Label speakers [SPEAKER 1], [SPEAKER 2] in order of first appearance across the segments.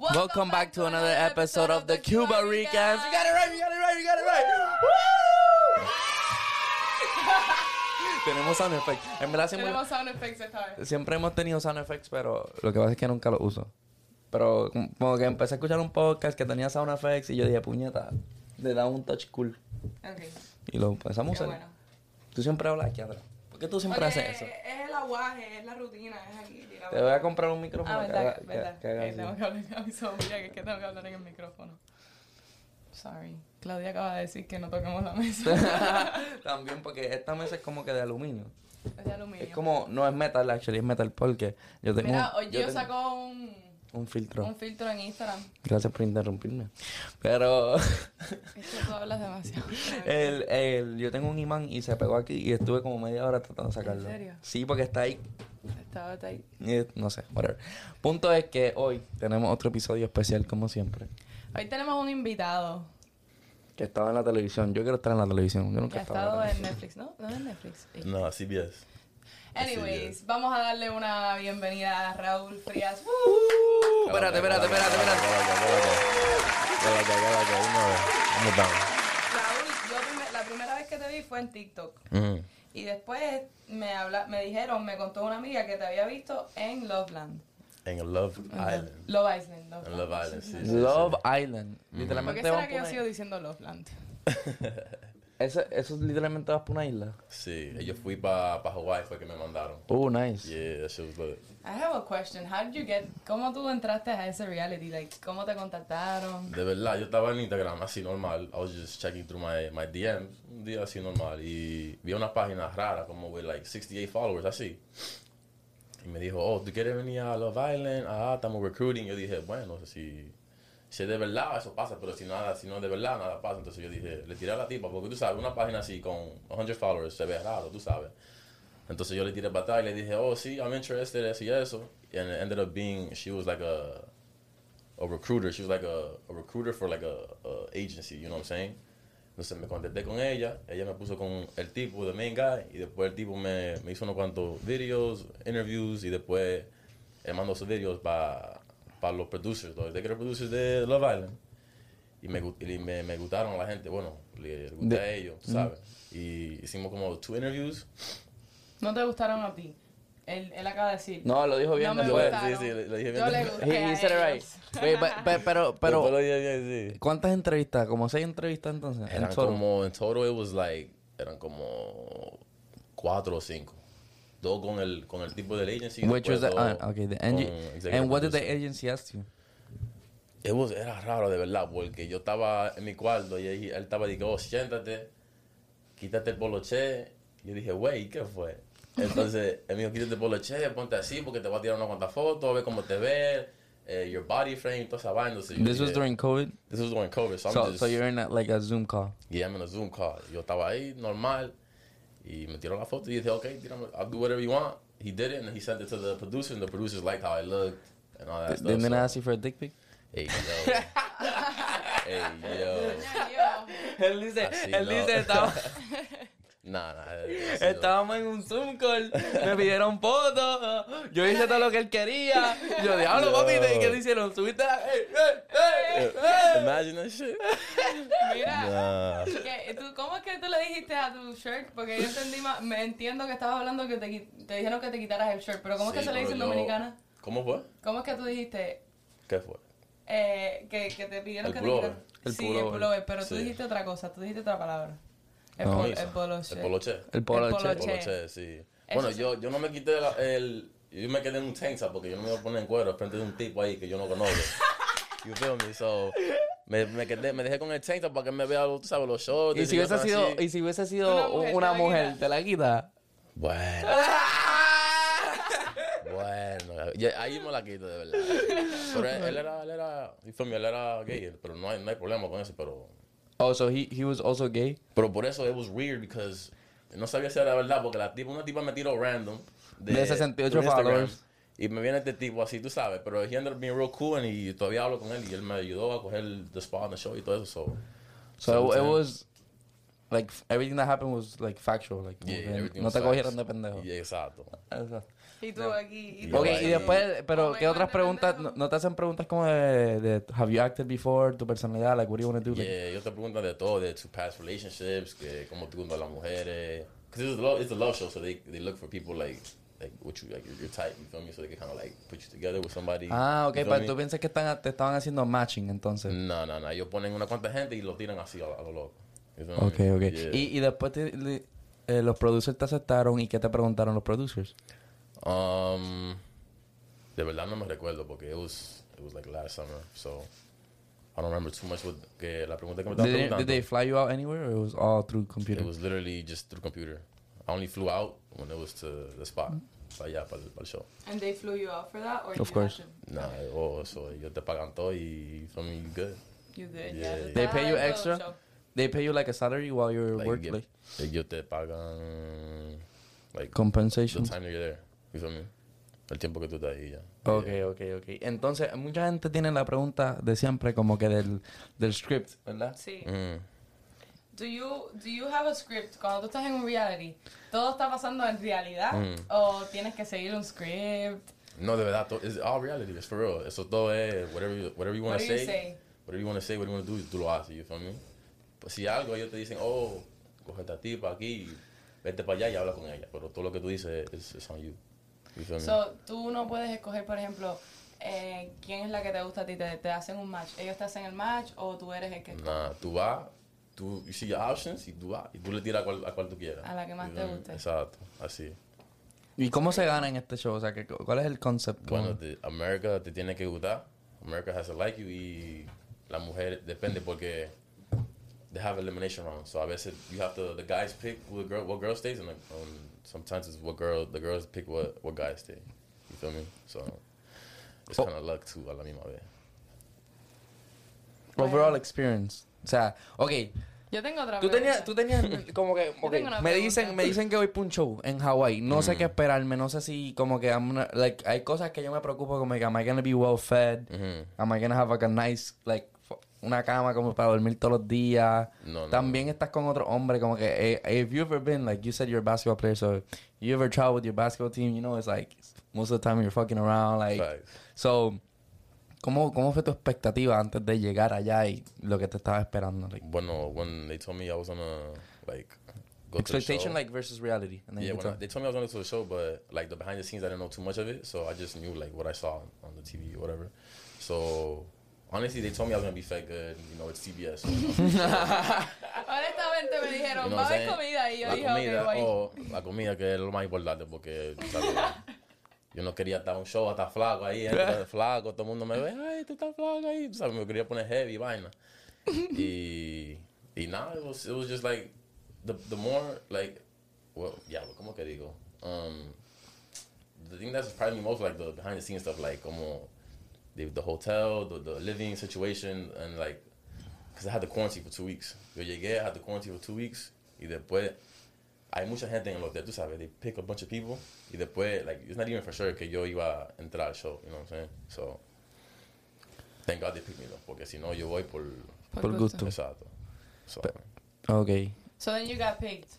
[SPEAKER 1] Welcome back to another episode of the Cuba Ricans. We got it right, we got it right, we got it right. Woo! Tenemos sound effects. En verdad siempre,
[SPEAKER 2] Tenemos sound effects esta vez.
[SPEAKER 1] siempre hemos tenido sound effects, pero lo que pasa es que nunca los uso. Pero como- como que empecé a escuchar un podcast que tenía sound effects y yo dije, puñeta, le da un touch cool.
[SPEAKER 2] Ok,
[SPEAKER 1] Y lo empezamos
[SPEAKER 2] qué
[SPEAKER 1] a usar.
[SPEAKER 2] bueno.
[SPEAKER 1] Tú siempre hablas aquí atrás. ¿Por qué tú siempre
[SPEAKER 2] Porque
[SPEAKER 1] haces eso?
[SPEAKER 2] Es el aguaje, es la rutina, es aquí. tira
[SPEAKER 1] Te voy a comprar un micrófono
[SPEAKER 2] Ah,
[SPEAKER 1] que
[SPEAKER 2] verdad,
[SPEAKER 1] haga- que-
[SPEAKER 2] verdad.
[SPEAKER 1] que haga
[SPEAKER 2] Eh,
[SPEAKER 1] así.
[SPEAKER 2] tengo que hablar a mi sombra, que es que tengo que hablar en el micrófono. Sorry. Claudia acaba de decir que no toquemos la mesa.
[SPEAKER 1] También porque esta mesa es como que de aluminio.
[SPEAKER 2] es de aluminio.
[SPEAKER 1] Es como, no es metal, actually, es metal porque yo tengo,
[SPEAKER 2] Mira, hoy yo,
[SPEAKER 1] tengo
[SPEAKER 2] saco un,
[SPEAKER 1] un filtro.
[SPEAKER 2] un filtro en Instagram.
[SPEAKER 1] Gracias por interrumpirme. Pero
[SPEAKER 2] Es que tú hablas demasiado.
[SPEAKER 1] el, el- yo tengo un imán y se pegó aquí y estuve como media hora tratando de sacarlo.
[SPEAKER 2] serio?
[SPEAKER 1] Sí, porque está ahí.
[SPEAKER 2] Estaba ahí.
[SPEAKER 1] eh, No sé, whatever. Punto es que hoy tenemos otro episodio especial como siempre.
[SPEAKER 2] Hoy tenemos un invitado
[SPEAKER 1] Que estaba en la televisión. Yo quiero estar en la televisión. Yo nunca
[SPEAKER 2] que ha
[SPEAKER 1] he estado
[SPEAKER 2] estado
[SPEAKER 1] la
[SPEAKER 2] en
[SPEAKER 1] televisión.
[SPEAKER 2] Netflix, ¿no? No es en Netflix. Sí.
[SPEAKER 3] No, CBS.
[SPEAKER 2] Anyways, vamos a darle una bienvenida a Raúl Frías.
[SPEAKER 1] Uh, espérate, espérate, espérate, espérate.
[SPEAKER 2] Raúl, yo prime- la primera vez que te vi fue en TikTok. Y después me habla, me dijeron, me contó una amiga que te había visto en Loveland.
[SPEAKER 3] En Love Island.
[SPEAKER 2] Love Island. Love
[SPEAKER 3] En Love Island, sí. sí, sí.
[SPEAKER 1] Love Island.
[SPEAKER 2] ¿Por qué
[SPEAKER 1] Literalmente vas
[SPEAKER 2] será que
[SPEAKER 1] por
[SPEAKER 2] yo
[SPEAKER 1] una...
[SPEAKER 2] sigo diciendo Loveland?
[SPEAKER 1] eso, eso es literalmente vas por una isla.
[SPEAKER 3] Sí, yo fui para pa Hawaii, fue que me mandaron.
[SPEAKER 1] Oh, nice.
[SPEAKER 3] Yeah, that shit was lit.
[SPEAKER 2] I have a question. How did you get, ¿Cómo tú entraste a ese reality? Like, ¿Cómo te contactaron?
[SPEAKER 3] De verdad, yo estaba en Instagram así normal. I was just checking through my, my DMs. Un día así normal. Y vi una página rara, como with like 68 followers, así. Y me dijo, oh, ¿tú quieres venir a Love Island? Ah, estamos recruiting. Yo dije, bueno, si, si es de verdad, eso pasa. Pero si nada, si no es de verdad, nada pasa. Entonces yo dije, le tiré a la tipa. Porque tú sabes, una página así con 100 followers se ve raro, tú sabes. Entonces yo le tiré para atrás y le dije, oh, sí, I'm interested, eso y eso. And it ended up being, she was like a... a recruiter. She was like a, a recruiter for like a, a agency, you know what I'm saying? Entonces me contacté con ella, ella me puso con el tipo, the main guy, y después el tipo me, me hizo unos cuantos videos, interviews, y después él mandó sus videos para los producers, los executive producers de Love Island. Y me, gu- y me, me gustaron la gente, bueno, le, le gusté
[SPEAKER 1] De-
[SPEAKER 3] a ellos, tú sabes. Y hicimos como two interviews.
[SPEAKER 2] ¿No te gustaron a ti? Él, él acaba de decir.
[SPEAKER 1] No, lo dijo bien.
[SPEAKER 2] No me
[SPEAKER 1] después.
[SPEAKER 2] gusta.
[SPEAKER 3] sí, sí, le, le dije bien.
[SPEAKER 2] Yo le
[SPEAKER 3] después.
[SPEAKER 2] gusté
[SPEAKER 1] He, he
[SPEAKER 2] a
[SPEAKER 1] said it right.
[SPEAKER 2] ellos.
[SPEAKER 1] Wait, but- but- pero,
[SPEAKER 3] Después lo
[SPEAKER 1] pero,
[SPEAKER 3] dije bien, sí.
[SPEAKER 1] ¿cuántas entrevistas? ¿Como seis entrevistas entonces? En
[SPEAKER 3] Eran
[SPEAKER 1] total.
[SPEAKER 3] como, en total it was like, eran como cuatro o cinco. Dos con el, con el tipo del agency.
[SPEAKER 1] Which was
[SPEAKER 3] después
[SPEAKER 1] the,
[SPEAKER 3] dos
[SPEAKER 1] ah, okay, the
[SPEAKER 3] con
[SPEAKER 1] engi-
[SPEAKER 3] executive
[SPEAKER 1] and what did the
[SPEAKER 3] producer.
[SPEAKER 1] agency ask you?
[SPEAKER 3] It was- era raro de verdad, porque yo estaba en mi cuarto y él, él estaba diciendo, oh, siéntate, quítate el poloche. Yo dije, güey, ¿qué fue? Entonces, él me dijo, quítate el poloche, ponte así porque te voy a tirar una cuantas fotos, a ver cómo te ves, eh, your body frame, toda esa vaina. Entonces, yo
[SPEAKER 1] This was
[SPEAKER 3] dije,
[SPEAKER 1] during COVID,
[SPEAKER 3] This was during COVID, so, I'm
[SPEAKER 1] so,
[SPEAKER 3] just-
[SPEAKER 1] so you're in a, like a Zoom call.
[SPEAKER 3] Y I'm in a Zoom call. Yo estaba ahí, normal. Y me tiró la foto y dije, ok, tírame, I'll do whatever you want. He did it and he sent it to the producer and the producers liked how I looked and all that
[SPEAKER 1] Th- Didn't they
[SPEAKER 3] stuff.
[SPEAKER 1] ask
[SPEAKER 3] so-
[SPEAKER 1] you for a dick pic?
[SPEAKER 3] Hey, yo. hey, yo.
[SPEAKER 1] Él dice,
[SPEAKER 3] Así él no. dice,
[SPEAKER 1] estaba,
[SPEAKER 3] Nah, nah. eh, así no.
[SPEAKER 1] estábamos en un Zoom call, me pidieron fotos, yo hice todo lo que él quería. Yo, diablo,
[SPEAKER 3] papi, ¿de- qué te
[SPEAKER 1] hicieron? Subiste Eh,
[SPEAKER 3] Imagine that shit.
[SPEAKER 2] Mira,
[SPEAKER 3] Nah.
[SPEAKER 2] ¿qué- tú- ¿cómo es que tú le dijiste a tu shirt? Porque yo entendí más, me entiendo que estabas hablando que te, qui- te dijeron que te quitaras el shirt, pero ¿cómo es que
[SPEAKER 3] Sí,
[SPEAKER 2] se le
[SPEAKER 3] pero
[SPEAKER 2] dice en
[SPEAKER 3] yo-
[SPEAKER 2] dominicana?
[SPEAKER 3] ¿Cómo fue?
[SPEAKER 2] ¿Cómo es que tú dijiste
[SPEAKER 3] ¿Qué fue?
[SPEAKER 2] eh, que, que te pidieron
[SPEAKER 3] El
[SPEAKER 2] que
[SPEAKER 3] pullover.
[SPEAKER 2] te quitaras?
[SPEAKER 1] El
[SPEAKER 2] sí, el
[SPEAKER 1] pullover.
[SPEAKER 2] pullover, pero tú
[SPEAKER 3] Sí.
[SPEAKER 2] dijiste otra cosa, tú dijiste otra palabra. El,
[SPEAKER 1] No,
[SPEAKER 2] pol-
[SPEAKER 3] Eso.
[SPEAKER 2] el polo shirt.
[SPEAKER 3] El poloche.
[SPEAKER 1] El polo,
[SPEAKER 2] El polo
[SPEAKER 1] che.
[SPEAKER 2] che.
[SPEAKER 3] Poloche, sí.
[SPEAKER 2] Eso
[SPEAKER 3] Bueno,
[SPEAKER 2] sí.
[SPEAKER 3] yo, yo no me quité la- el... Yo me quedé en un tank top porque yo no me iba a poner en cuero frente de un tipo ahí que yo no conozco. you feel me? So, me, me quedé, me dejé con el tank top para que me vea, tú sabes, los shorts.
[SPEAKER 1] Y si hubiese sido, y si hubiese sido una
[SPEAKER 2] Una
[SPEAKER 1] mujer,
[SPEAKER 2] mujer,
[SPEAKER 1] te la quita.
[SPEAKER 3] Bueno, bueno. ya- ahí me la quito, de verdad. Pero él, él era, él era... You feel me? Él era gay, pero no hay, no hay problema con eso, pero...
[SPEAKER 1] Oh, so he, he was also gay?
[SPEAKER 3] Pero por eso it was weird because no sabía si era verdad porque la tipa, una tipa me tiró random
[SPEAKER 1] De 68
[SPEAKER 3] through Instagram,
[SPEAKER 1] followers.
[SPEAKER 3] Y me viene este tipo así, tú sabes, pero he ended up being real cool and y todavía hablo con él y él me ayudó a coger the spot on the show y todo eso. So,
[SPEAKER 1] So it,
[SPEAKER 3] Sometimes.
[SPEAKER 1] was like f- everything that happened was like factual, like como
[SPEAKER 3] yeah,
[SPEAKER 1] que
[SPEAKER 3] everything
[SPEAKER 1] no
[SPEAKER 3] was
[SPEAKER 1] te
[SPEAKER 3] facts.
[SPEAKER 1] cogieron de pendejo.
[SPEAKER 3] Yeah, exacto.
[SPEAKER 1] Exacto.
[SPEAKER 2] Y tú aquí. Y tú
[SPEAKER 1] Ok,
[SPEAKER 2] aquí.
[SPEAKER 1] y después,
[SPEAKER 2] Oh
[SPEAKER 1] pero
[SPEAKER 2] my
[SPEAKER 1] ¿qué
[SPEAKER 2] God,
[SPEAKER 1] otras
[SPEAKER 2] de
[SPEAKER 1] preguntas? ¿No,
[SPEAKER 2] pendejo.
[SPEAKER 1] no te hacen preguntas como de, de have you acted before, tu personalidad, like what do you want to do? Like,
[SPEAKER 3] Yeah, yo te pregunto de todo, de tus past relationships, que cómo tú con las mujeres. Because it's, a lo- it's a love show, so they, they look for people like, like what you, like your, your type, you feel me? So they can kind of like put you together with somebody.
[SPEAKER 1] Ah, ok,
[SPEAKER 3] you feel
[SPEAKER 1] pero
[SPEAKER 3] me?
[SPEAKER 1] tú piensas que están, te estaban haciendo matching entonces.
[SPEAKER 3] No, no, no. Ellos ponen una cuanta gente y lo tiran así a, a lo loco. You feel me?
[SPEAKER 1] Ok, ok.
[SPEAKER 3] Mm, Yeah.
[SPEAKER 1] Y, y después te- le- eh, los producers te aceptaron y ¿qué te preguntaron los producers?
[SPEAKER 3] Um, de verdad no me recuerdo porque it was, it was like last summer, so I don't remember too much what que la pregunta que me
[SPEAKER 1] Did
[SPEAKER 3] estaba
[SPEAKER 1] they, did
[SPEAKER 3] preguntando.
[SPEAKER 1] they fly you out anywhere or it was all through
[SPEAKER 3] It
[SPEAKER 1] computer?
[SPEAKER 3] was literally just through computer. I only flew out when it was to the spot. Pa allá, para el show.
[SPEAKER 2] And they flew you out for that? Or
[SPEAKER 1] Of
[SPEAKER 2] you
[SPEAKER 1] course.
[SPEAKER 2] had to-
[SPEAKER 3] Nah, oh, so ellos te pagan todo y for me, you good.
[SPEAKER 2] you good,
[SPEAKER 3] Yeah,
[SPEAKER 2] yeah.
[SPEAKER 3] yeah.
[SPEAKER 1] They pay you
[SPEAKER 2] Ah,
[SPEAKER 1] extra?
[SPEAKER 2] so-
[SPEAKER 1] They pay you like a salary while you're
[SPEAKER 3] Like,
[SPEAKER 1] working,
[SPEAKER 3] you
[SPEAKER 1] like
[SPEAKER 3] get- ellos te pagan, like, the
[SPEAKER 1] compensation.
[SPEAKER 3] time that you're there. You feel me? El tiempo que tú estás ahí, ya.
[SPEAKER 1] Ok, ok, ok. Entonces, mucha gente tiene la pregunta de siempre como que del, del script, ¿verdad?
[SPEAKER 2] Sí.
[SPEAKER 3] Mm.
[SPEAKER 2] Do you, do you have a script? Cuando tú estás en un reality, ¿todo está pasando en realidad?
[SPEAKER 3] Mm.
[SPEAKER 2] ¿O tienes que seguir un script?
[SPEAKER 3] No, de verdad, to- it's all reality. It's for real. Eso todo es whatever you, whatever you want
[SPEAKER 2] What
[SPEAKER 3] to
[SPEAKER 2] do you
[SPEAKER 3] say,
[SPEAKER 2] say?
[SPEAKER 3] Whatever you want to say, whatever you want to do, tú lo haces, you feel me? Pues si algo, ellos te dicen, oh, coge esta tipa aquí, vete para allá y habla con ella. Pero todo lo que tú dices es it's on you. You feel me?
[SPEAKER 2] So, tú no puedes escoger, por ejemplo, eh, quién es la que te gusta a ti, te, te hacen un match. ¿Ellos te hacen el match o tú eres el que
[SPEAKER 3] Nah, tú vas, tú, you see your options y tú vas y tú le tiras a cual, a cual tú quieras.
[SPEAKER 2] A la que más
[SPEAKER 3] You
[SPEAKER 2] te
[SPEAKER 3] feel me?
[SPEAKER 2] guste.
[SPEAKER 3] Exacto, así.
[SPEAKER 1] ¿Y cómo se gana en este show? O sea, que, ¿cuál es el concepto?
[SPEAKER 3] Bueno, te- America te tiene que gustar. America has to like you y la mujer depende porque they have elimination round. So a veces you have to the guys pick who the girl what girl stays and like, um, sometimes it's what girl the girls pick what what guys stay. You feel me? So it's
[SPEAKER 1] Oh.
[SPEAKER 3] kind of luck too a la misma vez.
[SPEAKER 1] Overall experience. O sea, ok,
[SPEAKER 2] Yo tengo otra
[SPEAKER 1] Tú tenías, tú tenías como que, ok,
[SPEAKER 2] tengo una
[SPEAKER 1] me
[SPEAKER 2] pregunta.
[SPEAKER 1] dicen, me dicen que voy para un show en Hawái, no sé qué esperarme, no sé si como que, I'm gonna- like, hay cosas que yo me preocupo como que, am I gonna be well fed,
[SPEAKER 3] Ujú.
[SPEAKER 1] am I gonna have like a nice, like, f- una cama como para dormir todos los días,
[SPEAKER 3] No, no,
[SPEAKER 1] también estás con otro hombre, como que, eh, if you ever been, like, you said you're a basketball player, so you ever travel with your basketball team, you know, it's like, most of the time you're fucking around, like,
[SPEAKER 3] Facts.
[SPEAKER 1] so, ¿cómo, ¿cómo fue tu expectativa antes de llegar allá y lo que te estaba esperando, like?
[SPEAKER 3] Bueno, when they told me I was gonna like go to the
[SPEAKER 1] expectation
[SPEAKER 3] show,
[SPEAKER 1] like versus reality and then
[SPEAKER 3] Yeah,
[SPEAKER 1] you
[SPEAKER 3] when I,
[SPEAKER 1] can
[SPEAKER 3] they told me I was going to the show, but like the behind the scenes, I didn't know too much of it, so I just knew like what I saw on the TV or whatever. So honestly, they told me I was going to be fed good. You know, it's CBS. So, you
[SPEAKER 2] Honestamente me dijeron,
[SPEAKER 3] know
[SPEAKER 2] va a
[SPEAKER 3] what
[SPEAKER 2] haber
[SPEAKER 3] I'm saying?
[SPEAKER 2] comida. Y yo
[SPEAKER 3] la
[SPEAKER 2] dije, ok,
[SPEAKER 3] comida,
[SPEAKER 2] voy.
[SPEAKER 3] oh, la comida que es lo más importante porque ¿sabes? yo no quería estar en un show hasta flaco ahí, gente flaco, todo el mundo me ve, ay, tú estás flaco ahí, tú sabes, me quería poner heavy vaina. y y nada, it was, it was just like the the more like well, yeah, ¿cómo que digo? Um, the thing that surprised me most like the behind the scenes stuff like como the, the hotel, the, the living situation and like because I had the quarantine for two weeks. Yo llegué, I had the quarantine for two weeks y después hay mucha gente en el hotel, tú sabes, they pick a bunch of people y después like it's not even for sure que yo iba a entrar al show, you know what I'm saying? So thank God they picked me though, porque si no yo voy por
[SPEAKER 1] por gusto.
[SPEAKER 3] exacto. So,
[SPEAKER 1] okay
[SPEAKER 2] So then you got picked.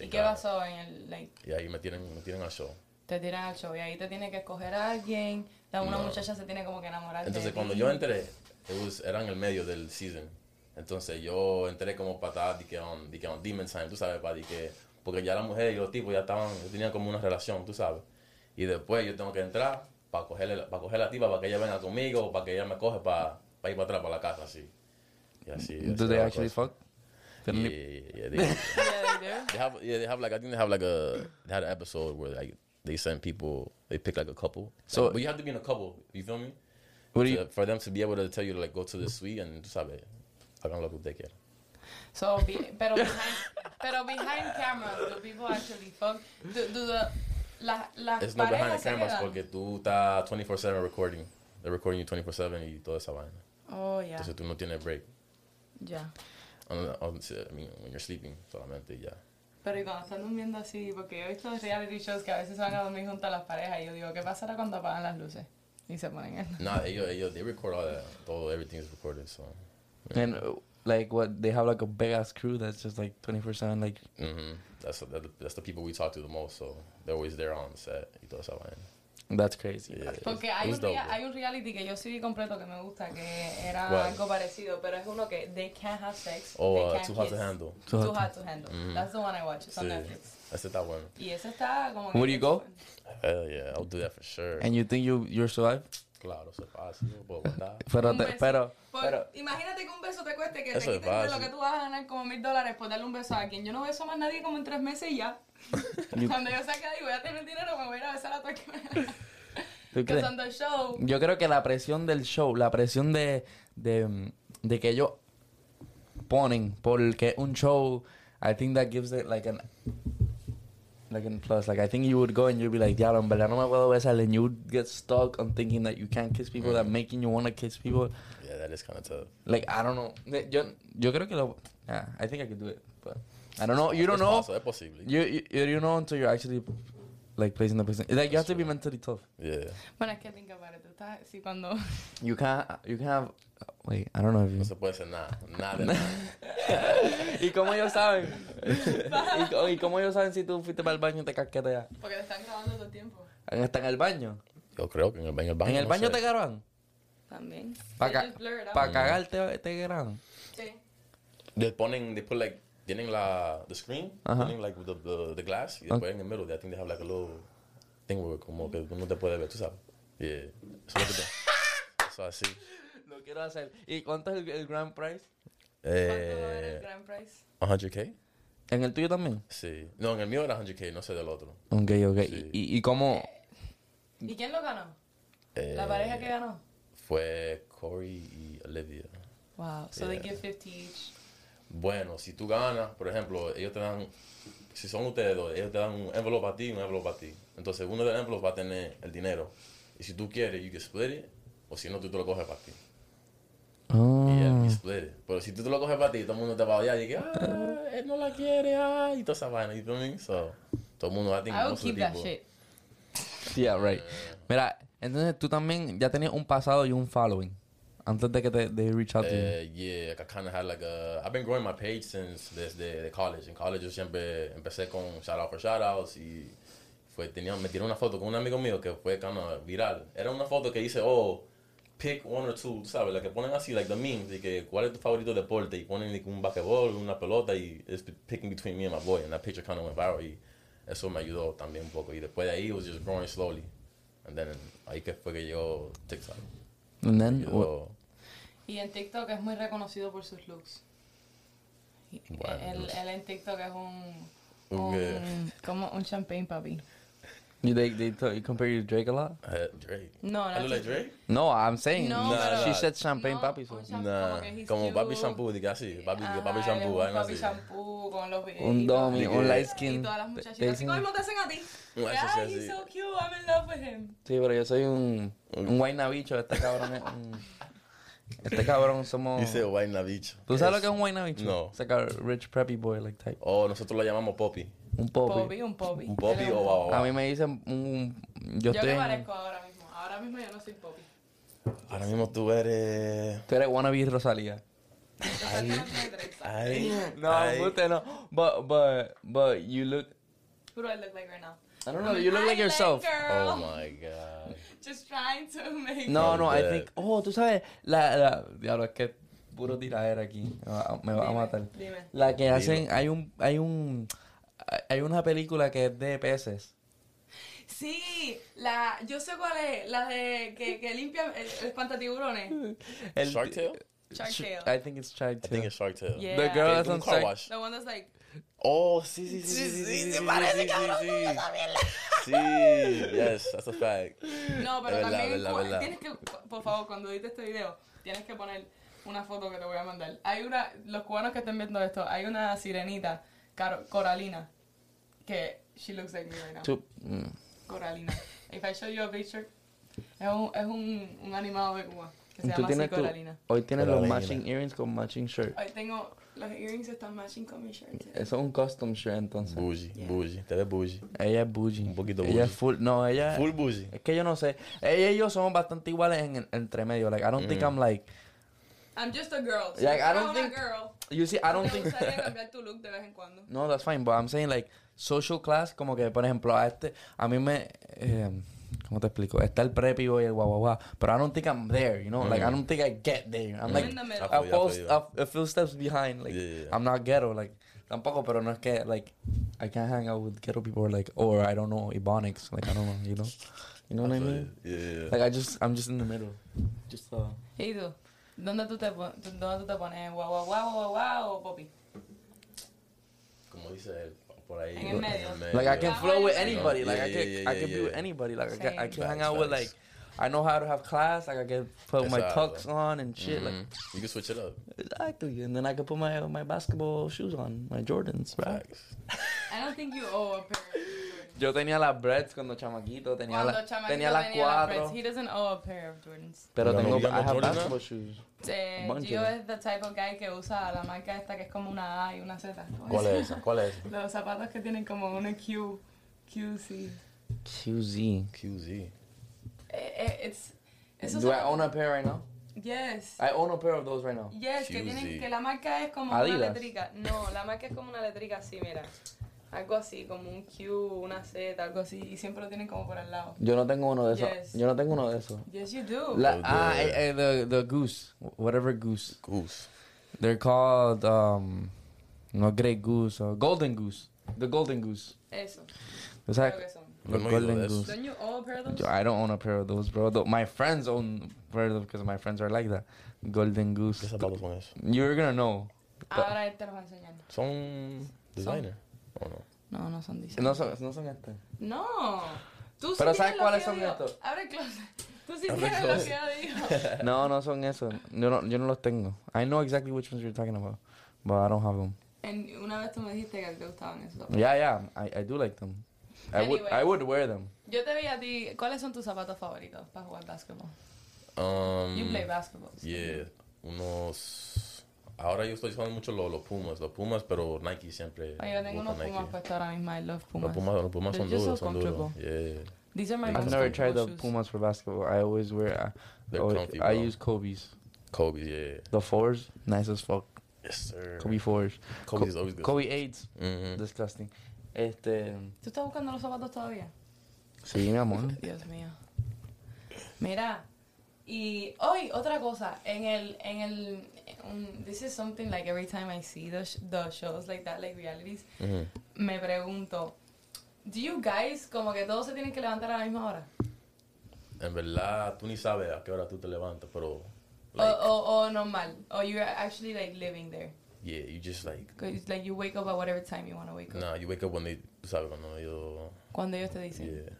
[SPEAKER 2] ¿Y
[SPEAKER 3] Thank
[SPEAKER 2] qué
[SPEAKER 3] God.
[SPEAKER 2] pasó en el, like,
[SPEAKER 3] y ahí me tienen me tienen al show.
[SPEAKER 2] te tiran al show y ahí te tiene que escoger a alguien, la una
[SPEAKER 3] No.
[SPEAKER 2] muchacha se tiene como que enamorar de
[SPEAKER 3] Entonces,
[SPEAKER 2] ti.
[SPEAKER 3] cuando yo entré, it was- era en el medio del season. Entonces, yo entré como patada de que on, de que on Demon Time, tú sabes, para de que, porque ya las mujeres y los tipos ya estaban, ya tenían como una relación, tú sabes. Y después yo tengo que entrar para cogerle, la- para coger la tipa, para que ella venga conmigo, o para que ella me coge para, ir para atrás, para la casa, así. Y así. así
[SPEAKER 1] do they
[SPEAKER 3] era la
[SPEAKER 1] actually
[SPEAKER 3] cosa.
[SPEAKER 1] fuck
[SPEAKER 3] Yeah,
[SPEAKER 1] Finally-
[SPEAKER 3] yeah, yeah, they-
[SPEAKER 2] Yeah, they do.
[SPEAKER 3] they have yeah they have like I think they have like a they had an episode where like they send people they pick like a couple
[SPEAKER 1] So-
[SPEAKER 3] so but you have to be in a couple you feel me
[SPEAKER 1] What do
[SPEAKER 3] To-
[SPEAKER 1] you-
[SPEAKER 3] for them to be able to tell you to like go to the suite and just have it hagan lo que usted quiera
[SPEAKER 2] So, be- pero, behind, pero behind cameras, do people actually fuck? Do, do the, la, las
[SPEAKER 3] it's no behind
[SPEAKER 2] parejas
[SPEAKER 3] the
[SPEAKER 2] se
[SPEAKER 3] cameras
[SPEAKER 2] quedan?
[SPEAKER 3] porque tú estás 24-7 recording they're recording you 24-7 y toda esa vaina
[SPEAKER 2] Oh, ya,
[SPEAKER 3] entonces tú no tienes break
[SPEAKER 2] ya.
[SPEAKER 3] Un- un- I mean when you're sleeping solamente ya
[SPEAKER 2] Pero y cuando están durmiendo así, porque yo he visto reality shows que a veces van a dormir junto a las parejas y yo digo, ¿qué pasará cuando apagan las luces? Y se ponen en...
[SPEAKER 3] nah ellos ellos they record all that todo everything is recorded so
[SPEAKER 1] and uh, like what they have like a big ass crew that's just like 24 7 like
[SPEAKER 3] hmm That's that- that's the people we talk to the most, so they're always there on set y toda esa vaina.
[SPEAKER 1] that's crazy.
[SPEAKER 3] Yeah,
[SPEAKER 2] Porque
[SPEAKER 3] it's-
[SPEAKER 2] hay
[SPEAKER 3] it's
[SPEAKER 2] un,
[SPEAKER 3] dope,
[SPEAKER 2] rea-
[SPEAKER 3] bro.
[SPEAKER 2] hay un reality que yo sí vi completo que me gusta, que era
[SPEAKER 3] ¿Cuál?
[SPEAKER 2] algo parecido, pero es uno que they can't have sex.
[SPEAKER 3] Oh,
[SPEAKER 2] they
[SPEAKER 3] uh,
[SPEAKER 2] can't
[SPEAKER 3] Too Hot to
[SPEAKER 2] kiss.
[SPEAKER 3] Handle.
[SPEAKER 1] Too
[SPEAKER 2] Too
[SPEAKER 1] Hot
[SPEAKER 2] hot to handle. That's the one I watch. It's on
[SPEAKER 3] Sí.
[SPEAKER 2] Netflix.
[SPEAKER 3] That's it, that one.
[SPEAKER 2] Y eso está como.
[SPEAKER 1] Would you go?
[SPEAKER 3] Hell yeah, I'll do that for sure.
[SPEAKER 1] And you think you you survive?
[SPEAKER 3] claro, eso es fácil, but what that?
[SPEAKER 1] Pero
[SPEAKER 2] Un
[SPEAKER 1] te-
[SPEAKER 2] beso.
[SPEAKER 1] pero
[SPEAKER 2] Por-
[SPEAKER 1] pero
[SPEAKER 2] imagínate que un beso te cueste que
[SPEAKER 3] Eso
[SPEAKER 2] te
[SPEAKER 3] es
[SPEAKER 2] quiten de lo
[SPEAKER 3] fácil.
[SPEAKER 2] que tú vas a ganar como mil dólares por darle un beso a alguien. Yo no beso a más nadie como en tres meses y ya. Cuando yo saca y voy a tener dinero, me voy a ir a besar a todo el que me.
[SPEAKER 1] ¿tú
[SPEAKER 2] Because
[SPEAKER 1] crees?
[SPEAKER 2] on the show,
[SPEAKER 1] Yo creo que la presión del show, la presión de, de, mm, de que ellos ponen porque es un show, I think that gives it like an like an plus. Like I think you would go and you'd be like, diablo, en verdad no me puedo besar. And you would get stuck on thinking that you can't kiss people, that making you want to kiss people.
[SPEAKER 3] Yeah, that is kind of tough.
[SPEAKER 1] Like I don't know. Ne- Yo, yo creo que lo, ah, I think I could do it, but I don't know. You don't
[SPEAKER 3] It's
[SPEAKER 1] know.
[SPEAKER 3] possible, es posible.
[SPEAKER 1] You, you you don't know until you're actually like placing the person. Like you have to be mentally tough.
[SPEAKER 3] Yeah,
[SPEAKER 2] bueno, es que think about it. Tú estás así cuando.
[SPEAKER 1] You can't. You can have. Wait, I don't know if you.
[SPEAKER 3] no se puede hacer nada, nada. de nada.
[SPEAKER 1] ¿Y cómo ellos saben? ¿Y, co- y cómo ellos saben si tú fuiste para el baño y te casqueteas?
[SPEAKER 2] Porque te están grabando todo el tiempo.
[SPEAKER 1] ¿Hasta en el baño?
[SPEAKER 3] Yo creo que en el, en el baño.
[SPEAKER 1] ¿En el
[SPEAKER 3] no
[SPEAKER 1] baño
[SPEAKER 3] sé.
[SPEAKER 1] te graban?
[SPEAKER 2] También.
[SPEAKER 1] Para
[SPEAKER 2] They
[SPEAKER 1] este
[SPEAKER 2] just blur it out.
[SPEAKER 1] cagar te, te graban.
[SPEAKER 2] Sí.
[SPEAKER 3] They ponen, they put like, tienen la, the screen,
[SPEAKER 1] Ajá.
[SPEAKER 3] tienen like the, the, the glass, y después en el middle, I think they have like a little thing where como que uno te puede ver, tú sabes. Yeah, eso es lo que te... Eso así.
[SPEAKER 1] Lo quiero hacer. ¿Y cuánto es el, el grand prize?
[SPEAKER 2] ¿Cuánto va a haber el
[SPEAKER 3] Eh,
[SPEAKER 2] grand prize?
[SPEAKER 3] 100K?
[SPEAKER 1] ¿En el tuyo también?
[SPEAKER 3] Sí. No, en el mío era 100K, no sé del otro.
[SPEAKER 1] Ok, ok.
[SPEAKER 3] Sí.
[SPEAKER 1] ¿Y, y, y cómo?
[SPEAKER 2] ¿Y quién lo ganó?
[SPEAKER 3] Eh,
[SPEAKER 2] La pareja que ganó.
[SPEAKER 3] Fue Corey y Olivia.
[SPEAKER 2] Wow. So they
[SPEAKER 3] Yeah.
[SPEAKER 2] give 50 each.
[SPEAKER 3] Bueno, si tú ganas, por ejemplo, ellos te dan, si son ustedes dos, ellos te dan un envelope a ti y un envelope a ti. Entonces, uno del envelope va a tener el dinero. Y si tú quieres, you can split it, o si no, tú te lo coges para ti.
[SPEAKER 1] Oh.
[SPEAKER 3] Y ya, you split it. Pero si tú te lo coges para ti, todo el mundo te va a odiar y que, ah, él no la quiere, ah, y toda esa vaina, you feel me? So, todo el mundo, I think,
[SPEAKER 2] I would
[SPEAKER 3] most of
[SPEAKER 2] keep
[SPEAKER 3] the
[SPEAKER 2] that
[SPEAKER 3] people-
[SPEAKER 2] shit.
[SPEAKER 1] Yeah, right. Mira, entonces tú también ya tenías un pasado y un following. Antes de que te they reach out to you.
[SPEAKER 3] Eh, yeah, like I kind of had like a. I've been growing my page since desde de college. En college yo siempre empecé con shout out for shout outs y fue, tenía, me tiró una foto con un amigo mío que fue kind of viral. Era una foto que dice, oh, pick one or two, ¿sabes? La que ponen así, like the memes, de que cuál es tu favorito deporte y ponen like, un basquetbol, una pelota y it's picking between me and my boy. And that picture kind of went viral y eso me ayudó también un poco. Y después de ahí, it was just growing slowly. And then ahí que fue que llegó TikTok.
[SPEAKER 1] And then, what-
[SPEAKER 3] Llegó-
[SPEAKER 2] Y en TikTok es muy reconocido por sus looks. Y-
[SPEAKER 3] Bueno,
[SPEAKER 2] él,
[SPEAKER 3] no sé.
[SPEAKER 2] él en TikTok es un.
[SPEAKER 3] Un,
[SPEAKER 2] un-
[SPEAKER 3] eh,
[SPEAKER 2] como un champagne papi.
[SPEAKER 1] you, they, they t- you compare you to Drake a lot?
[SPEAKER 3] Uh, Drake.
[SPEAKER 2] No,
[SPEAKER 3] I
[SPEAKER 2] no.
[SPEAKER 3] look like Drake?
[SPEAKER 1] No, I'm saying.
[SPEAKER 2] No,
[SPEAKER 3] pero-
[SPEAKER 1] She said champagne
[SPEAKER 2] No,
[SPEAKER 1] papi. so-
[SPEAKER 2] un champ-
[SPEAKER 3] Nah,
[SPEAKER 2] como que he's
[SPEAKER 3] como
[SPEAKER 2] cute.
[SPEAKER 3] papi shampoo, diga así. Papi,
[SPEAKER 2] Ajá,
[SPEAKER 3] papi
[SPEAKER 2] Ah, él es
[SPEAKER 3] shampoo,
[SPEAKER 2] un
[SPEAKER 3] vaina
[SPEAKER 2] Papi
[SPEAKER 3] así.
[SPEAKER 2] shampoo con los videos.
[SPEAKER 1] Un dummy,
[SPEAKER 3] un
[SPEAKER 1] light skin.
[SPEAKER 2] Y todas las
[SPEAKER 1] Te-
[SPEAKER 2] muchachitas.
[SPEAKER 1] te
[SPEAKER 2] Así
[SPEAKER 1] dicen-
[SPEAKER 2] como te hacen a ti.
[SPEAKER 3] Eso sí,
[SPEAKER 2] Ay,
[SPEAKER 3] así.
[SPEAKER 2] he's so cute. I'm in love with him.
[SPEAKER 1] Sí, pero yo soy un, un guaynabicho. Este cabrón es un... Este cabrón somos...
[SPEAKER 3] Dice vaina bicho.
[SPEAKER 1] ¿Tú sabes lo que es un guaynabicho?
[SPEAKER 3] No.
[SPEAKER 1] It's like a rich preppy boy like type.
[SPEAKER 3] Oh, nosotros lo llamamos poppy.
[SPEAKER 1] Un popi.
[SPEAKER 2] Poppy, un popi.
[SPEAKER 3] Un poppy o babo.
[SPEAKER 1] A mí me dicen un...
[SPEAKER 2] Yo,
[SPEAKER 1] Yo, estoy
[SPEAKER 2] que
[SPEAKER 1] en-
[SPEAKER 2] parezco ahora mismo. Ahora mismo yo no soy popi.
[SPEAKER 3] Ahora mismo tú eres.
[SPEAKER 1] Tú eres wannabe Rosalía.
[SPEAKER 2] Rosalía no tiene trenza.
[SPEAKER 3] Ay.
[SPEAKER 1] No,
[SPEAKER 3] ay.
[SPEAKER 1] usted no. But, but, but you look...
[SPEAKER 2] Who do I look like right now?
[SPEAKER 1] I don't know, you look like yourself.
[SPEAKER 2] Girl.
[SPEAKER 3] Oh my god.
[SPEAKER 2] Just trying to make
[SPEAKER 1] No, no, I
[SPEAKER 3] Yeah.
[SPEAKER 1] think... Oh, tú sabes... La... la diablo, es que puro tiradera aquí. Me va, me va a
[SPEAKER 2] Dime,
[SPEAKER 1] matar.
[SPEAKER 2] dime.
[SPEAKER 1] La que hacen... Hay un... Hay un... Hay una película que es de peces.
[SPEAKER 2] Sí, la, yo sé cuál es, la de que, que limpia el, el espantatiburones.
[SPEAKER 1] El-
[SPEAKER 3] Shark Tale?
[SPEAKER 2] Shark
[SPEAKER 1] Sh-
[SPEAKER 2] Tale.
[SPEAKER 1] I think it's Shark
[SPEAKER 3] I
[SPEAKER 1] Tale.
[SPEAKER 3] think it's Shark Tale.
[SPEAKER 2] Yeah.
[SPEAKER 1] The
[SPEAKER 2] Que
[SPEAKER 1] girl
[SPEAKER 3] Que
[SPEAKER 1] that's
[SPEAKER 3] es un
[SPEAKER 1] on
[SPEAKER 3] car
[SPEAKER 1] Shark
[SPEAKER 3] wash.
[SPEAKER 2] The one that's like,
[SPEAKER 3] Oh, sí, sí, sí. Sí, sí, sí, parece cabrón. Sí, yes, that's a fact.
[SPEAKER 2] no, pero
[SPEAKER 3] Es verdad,
[SPEAKER 2] también
[SPEAKER 3] verdad,
[SPEAKER 2] cu-
[SPEAKER 3] verdad.
[SPEAKER 2] tienes que, por favor, cuando edites este video, tienes que poner una foto que te voy a mandar. Hay una, los cubanos que estén viendo esto, hay una sirenita, Caro- Coralina, que she looks like me right now.
[SPEAKER 1] Tú- mm.
[SPEAKER 2] Coralina. If I show you a picture, es un, es un, un animado de Cuba que se
[SPEAKER 1] Tú
[SPEAKER 2] llama así
[SPEAKER 1] tienes tu-
[SPEAKER 2] Coralina.
[SPEAKER 1] hoy tienes los
[SPEAKER 3] Coralina.
[SPEAKER 1] matching earrings con matching shirt.
[SPEAKER 2] Hoy tengo, los earrings están matching con mi shirt.
[SPEAKER 1] Eso es un custom shirt entonces.
[SPEAKER 3] Bougie, bougie. Te ves bougie.
[SPEAKER 1] Ella es bougie.
[SPEAKER 3] Un poquito
[SPEAKER 1] Ella
[SPEAKER 3] bougie.
[SPEAKER 1] es full. No, ella.
[SPEAKER 3] Full bougie. Mm.
[SPEAKER 1] Es que yo no sé. Ella y yo somos bastante iguales en el entre medio. Like, I don't think I'm like.
[SPEAKER 2] I'm just a girl. Si
[SPEAKER 1] Like,
[SPEAKER 2] tú
[SPEAKER 1] I
[SPEAKER 2] fueras
[SPEAKER 1] don't
[SPEAKER 2] una
[SPEAKER 1] think-
[SPEAKER 2] girl,
[SPEAKER 1] You see, I don't
[SPEAKER 2] te
[SPEAKER 1] think.
[SPEAKER 2] gustaría cambiar tu look de vez en cuando.
[SPEAKER 1] No, that's fine, but I'm saying like social class, como que por ejemplo a este, a mí me, eh, ¿cómo te explico? Está el preppy boy, el guau guau guau, pero I don't think I'm there, you know, like I don't think I get there. I'm
[SPEAKER 2] Mm.
[SPEAKER 1] like
[SPEAKER 2] In the middle.
[SPEAKER 3] I feel
[SPEAKER 1] a,
[SPEAKER 3] you, I
[SPEAKER 1] post,
[SPEAKER 3] feel you.
[SPEAKER 1] a, a few steps behind, like
[SPEAKER 3] Yeah, yeah, yeah.
[SPEAKER 1] I'm not ghetto, like tampoco, pero no es que like I can't hang out with ghetto people, or, like or I don't know Ebonics, like I don't know, you know, you know what I
[SPEAKER 3] I feel
[SPEAKER 1] mean?
[SPEAKER 3] you. Yeah, yeah.
[SPEAKER 1] Like I just, I'm just in the middle, just uh,
[SPEAKER 2] ¿Y tú? ¿Dónde tú te, pon- tú- dónde tú te pones? ¿Guau, guau, guau, guau, guau o popi?
[SPEAKER 3] Como dice él, por ahí.
[SPEAKER 2] En el medio.
[SPEAKER 1] like I can
[SPEAKER 2] Yeah.
[SPEAKER 1] flow with
[SPEAKER 2] Yeah,
[SPEAKER 1] anybody, like I
[SPEAKER 3] yeah,
[SPEAKER 1] can,
[SPEAKER 3] yeah,
[SPEAKER 1] I
[SPEAKER 3] yeah,
[SPEAKER 1] can be with
[SPEAKER 3] yeah.
[SPEAKER 1] anybody, like I can, I
[SPEAKER 2] Same.
[SPEAKER 1] can hang
[SPEAKER 3] Facts,
[SPEAKER 1] out with like.
[SPEAKER 3] facts.
[SPEAKER 1] I know how to have class. Like I can put my
[SPEAKER 3] Exacto.
[SPEAKER 1] tux on and shit. Like
[SPEAKER 3] Mhm. You can switch it up.
[SPEAKER 1] exactly, and then I could put my my basketball shoes on, my Jordans, right?
[SPEAKER 3] Facts.
[SPEAKER 2] I don't think you owe a pair of Jordans.
[SPEAKER 1] Yo tenía las breads cuando chamaquito, tenía,
[SPEAKER 2] Cuando
[SPEAKER 1] la,
[SPEAKER 2] chamaquito
[SPEAKER 1] tenía las
[SPEAKER 2] tenía las
[SPEAKER 1] cuatro,
[SPEAKER 2] Preds, He doesn't owe a pair of Jordans.
[SPEAKER 1] pero
[SPEAKER 3] Pero
[SPEAKER 1] tengo
[SPEAKER 3] no
[SPEAKER 1] I have
[SPEAKER 3] digamos Jordans,
[SPEAKER 1] basketball shoes.
[SPEAKER 2] Eh,
[SPEAKER 1] Bunch
[SPEAKER 2] Gio
[SPEAKER 1] of
[SPEAKER 2] es the type of guy que usa la marca esta que es como una A y una Z. ¿Cómo
[SPEAKER 3] ¿Cuál es esa? ¿Cuál es esa?
[SPEAKER 2] Los zapatos que tienen como una Q, QC.
[SPEAKER 1] QZ.
[SPEAKER 3] QZ.
[SPEAKER 2] Eh, eh, it's, esos
[SPEAKER 1] Do I
[SPEAKER 2] zapatos-
[SPEAKER 1] own a pair right now?
[SPEAKER 2] Yes.
[SPEAKER 1] I own a pair of those right now.
[SPEAKER 2] Yes, que, tienen,
[SPEAKER 3] QZ.
[SPEAKER 2] que la marca es como una
[SPEAKER 1] Adidas.
[SPEAKER 2] letrica. No, la marca es como una letrica así, mira. Algo así, como un Q, una Z, algo así. Y siempre lo tienen como por al lado.
[SPEAKER 1] Yo no tengo uno de esos.
[SPEAKER 2] Yes.
[SPEAKER 1] Yo no tengo uno de esos.
[SPEAKER 2] Yes, you do.
[SPEAKER 1] La,
[SPEAKER 3] Oh,
[SPEAKER 1] ah,
[SPEAKER 3] yeah.
[SPEAKER 1] eh, eh, the the goose, whatever goose.
[SPEAKER 3] Goose.
[SPEAKER 1] They're called um, no gray goose or golden goose. The golden goose.
[SPEAKER 2] Eso.
[SPEAKER 1] O sea,
[SPEAKER 2] Creo que son.
[SPEAKER 1] the
[SPEAKER 3] No, no,
[SPEAKER 1] golden
[SPEAKER 3] that's-
[SPEAKER 1] goose.
[SPEAKER 2] Don't you all pair those?
[SPEAKER 1] Yo, I don't own a pair of those, bro. Though my friends own pair of them because my friends are like that. Golden
[SPEAKER 3] ¿Qué
[SPEAKER 1] Goose.
[SPEAKER 3] zapatos son esos?
[SPEAKER 1] You're gonna know.
[SPEAKER 2] Ahora él te los va a enseñar.
[SPEAKER 3] Son designer. ¿O no?
[SPEAKER 2] No, no son diseños.
[SPEAKER 1] No son, no son este.
[SPEAKER 2] No. Tú sí
[SPEAKER 1] Pero
[SPEAKER 2] tienes
[SPEAKER 1] ¿sabes
[SPEAKER 2] lo
[SPEAKER 1] cuáles
[SPEAKER 2] que
[SPEAKER 1] son
[SPEAKER 2] yo digo.
[SPEAKER 1] estos?
[SPEAKER 2] Abre el closet. Tú sí
[SPEAKER 3] Abre el
[SPEAKER 2] tienes lo que
[SPEAKER 3] closet.
[SPEAKER 2] yo digo.
[SPEAKER 1] No, no son esos. Yo no, yo no los tengo. I know exactly which ones you're talking about, but I don't have them.
[SPEAKER 2] En- una vez tú me dijiste que te gustaban esos zapatos.
[SPEAKER 1] Yeah, yeah, I, I do like them. I would I would wear them.
[SPEAKER 2] Yo te vi a ti. ¿Cuáles son tus zapatos favoritos para jugar basketball?
[SPEAKER 3] Um,
[SPEAKER 2] You play basketball. so-
[SPEAKER 3] Yeah, unos. Ahora yo estoy usando mucho los, los Pumas, los Pumas, pero Nike siempre.
[SPEAKER 2] Oye, yo tengo
[SPEAKER 3] busco
[SPEAKER 2] unos Pumas pues.
[SPEAKER 3] Nike.
[SPEAKER 2] puestos ahora mismo. I love
[SPEAKER 3] Los
[SPEAKER 2] Pumas.
[SPEAKER 3] Pumas, los Pumas
[SPEAKER 2] They're
[SPEAKER 3] son
[SPEAKER 2] just so
[SPEAKER 3] duros, son duros.
[SPEAKER 2] comfortable.
[SPEAKER 3] Yeah,
[SPEAKER 2] These are my
[SPEAKER 1] I've
[SPEAKER 2] most
[SPEAKER 1] never
[SPEAKER 2] comfortable
[SPEAKER 1] tried the
[SPEAKER 2] shoes.
[SPEAKER 1] Pumas for basketball. I always wear. I,
[SPEAKER 3] They're
[SPEAKER 1] always-
[SPEAKER 3] comfy,
[SPEAKER 1] I
[SPEAKER 3] bro.
[SPEAKER 1] use Kobe's.
[SPEAKER 3] Kobe, yeah.
[SPEAKER 1] The fours, nice as fuck.
[SPEAKER 3] Yes, sir.
[SPEAKER 1] Kobe fours.
[SPEAKER 3] Kobe is always good.
[SPEAKER 1] Kobe eights,
[SPEAKER 3] Mhm.
[SPEAKER 1] disgusting. Este,
[SPEAKER 2] ¿Tú estás buscando los zapatos todavía?
[SPEAKER 1] sí, mi amor.
[SPEAKER 2] Dios mío. Mira, y hoy otra cosa, en el, en el, un- this is something like every time I see the, sh- the shows like that, like realities,
[SPEAKER 3] Mhm.
[SPEAKER 2] me pregunto, do you guys como que todos se tienen que levantar a la misma hora?
[SPEAKER 3] En verdad, tú ni sabes a qué hora tú te levantas, pero.
[SPEAKER 2] O,
[SPEAKER 3] Like,
[SPEAKER 2] o, o normal, o you're actually like living there.
[SPEAKER 3] Yeah, you just like.
[SPEAKER 2] 'Cause, like you wake up at whatever time you want to wake up.
[SPEAKER 3] Nah, you wake up when they. Tú sabes, cuando yo.
[SPEAKER 2] Cuando ellos te dicen.
[SPEAKER 3] Yeah.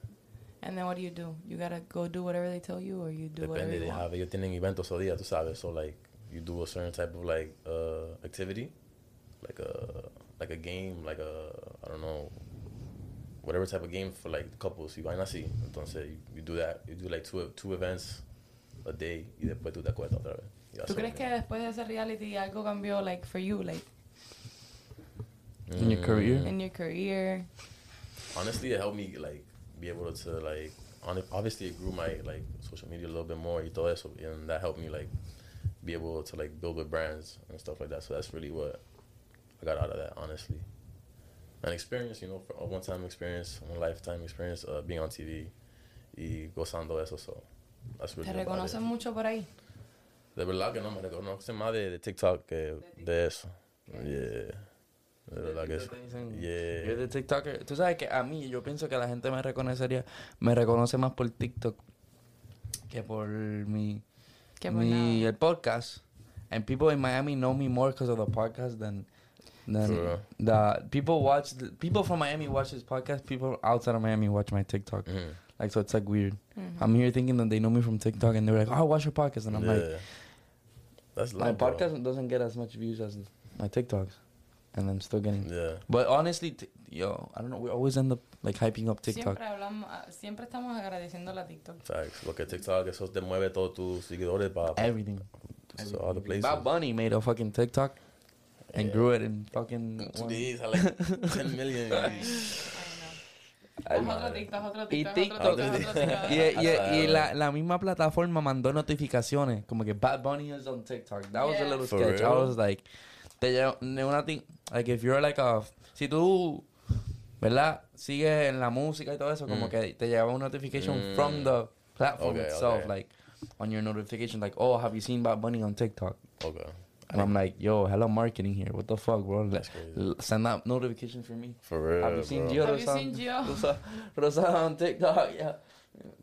[SPEAKER 2] And then what do you do? You gotta go do whatever they tell you or you do whatever
[SPEAKER 3] Depende
[SPEAKER 2] you
[SPEAKER 3] de
[SPEAKER 2] want.
[SPEAKER 3] have ellos tienen eventos o día, tú sabes. So like you do a certain type of like uh activity, like a like a game, like a I don't know, whatever type of game for like couples. You might not see. Entonces you, you do that. You do like two two events a day y después tú te acuerdas otra vez. Y that's
[SPEAKER 2] ¿Tú crees
[SPEAKER 3] it.
[SPEAKER 2] que después de ese reality algo cambió like for you like
[SPEAKER 1] In your
[SPEAKER 3] Mm.
[SPEAKER 1] career?
[SPEAKER 2] in your career?
[SPEAKER 3] Pues honestly it helped me like be able to like on, obviously it grew my like social media a little bit more y todo eso, and that helped me like be able to like build with brands and stuff like that so that's really what i got out of that honestly an experience you know for a one-time experience one lifetime experience uh, being on tv y gozando eso so that's really
[SPEAKER 2] Te
[SPEAKER 3] about it.
[SPEAKER 2] reconocen mucho por ahí.
[SPEAKER 3] de verdad que no me reconocen más de, de tiktok que de eso yeah de verdad que sí.
[SPEAKER 1] Te dicen, You're the
[SPEAKER 3] yeah
[SPEAKER 1] TikToker. Tú sabes que a mí, yo pienso que la gente me reconocería, me reconoce más por TikTok que por mi,
[SPEAKER 2] Que por
[SPEAKER 1] mi er,
[SPEAKER 2] nada.
[SPEAKER 1] el podcast. And people in Miami know me more because of the podcast than than
[SPEAKER 3] For real.
[SPEAKER 1] the people watch the, people from Miami watch this podcast. People outside of Miami watch my TikTok.
[SPEAKER 3] Mhm.
[SPEAKER 1] Like so, it's like weird.
[SPEAKER 2] Mhm.
[SPEAKER 1] I'm here thinking that they know me from TikTok and they're like, oh, I watch your podcast. And I'm like,
[SPEAKER 3] Yeah. that's
[SPEAKER 1] my
[SPEAKER 3] love, bro.
[SPEAKER 1] podcast doesn't get as much views as my TikToks. And I'm still getting.
[SPEAKER 3] Yeah.
[SPEAKER 1] But honestly, t- yo, I don't know. We always end up like hyping up er, TikTok.
[SPEAKER 2] Siempre hablamos, ah, siempre estamos agradeciendo la TikTok.
[SPEAKER 3] Facts. Lo que TikTok, eso te mueve todos tus seguidores para
[SPEAKER 1] Everything.
[SPEAKER 3] all the places.
[SPEAKER 1] Bob Bunny made a fucking TikTok and
[SPEAKER 3] Yeah.
[SPEAKER 1] grew it in fucking.
[SPEAKER 3] Two
[SPEAKER 1] one-
[SPEAKER 3] days, I like 10 million.
[SPEAKER 2] Ay,
[SPEAKER 3] views.
[SPEAKER 2] no. Haz
[SPEAKER 1] Ay,
[SPEAKER 2] otro
[SPEAKER 3] madre.
[SPEAKER 2] TikTok, otro
[SPEAKER 1] Y
[SPEAKER 2] TikTok, otro TikTok, otro TikTok.
[SPEAKER 1] Y, y- y la, la misma plataforma mandó notificaciones, como que Bad Bunny is on TikTok. That was a
[SPEAKER 2] Yeah.
[SPEAKER 1] little
[SPEAKER 3] For
[SPEAKER 1] sketch. I
[SPEAKER 3] real?
[SPEAKER 1] was like, te llevo- de una ti- like if you're like a, si tú, ¿verdad? Sigues en la música y todo eso, como
[SPEAKER 3] Mm.
[SPEAKER 1] que te llegaba una notification
[SPEAKER 3] Mm.
[SPEAKER 1] from the platform
[SPEAKER 3] Okay,
[SPEAKER 1] itself,
[SPEAKER 3] okay.
[SPEAKER 1] like on your notification, like, oh, have you seen Bad Bunny on TikTok?
[SPEAKER 3] Okay.
[SPEAKER 1] And I'm like, yo, hello marketing here. What the fuck, bro? Like,
[SPEAKER 3] That's crazy.
[SPEAKER 1] Send that notification for me.
[SPEAKER 3] For real.
[SPEAKER 1] Have you seen
[SPEAKER 3] bro.
[SPEAKER 1] Gio
[SPEAKER 2] Have you seen
[SPEAKER 1] Rosado-
[SPEAKER 2] Gio?
[SPEAKER 1] Rosa, Rosa on TikTok? Yeah.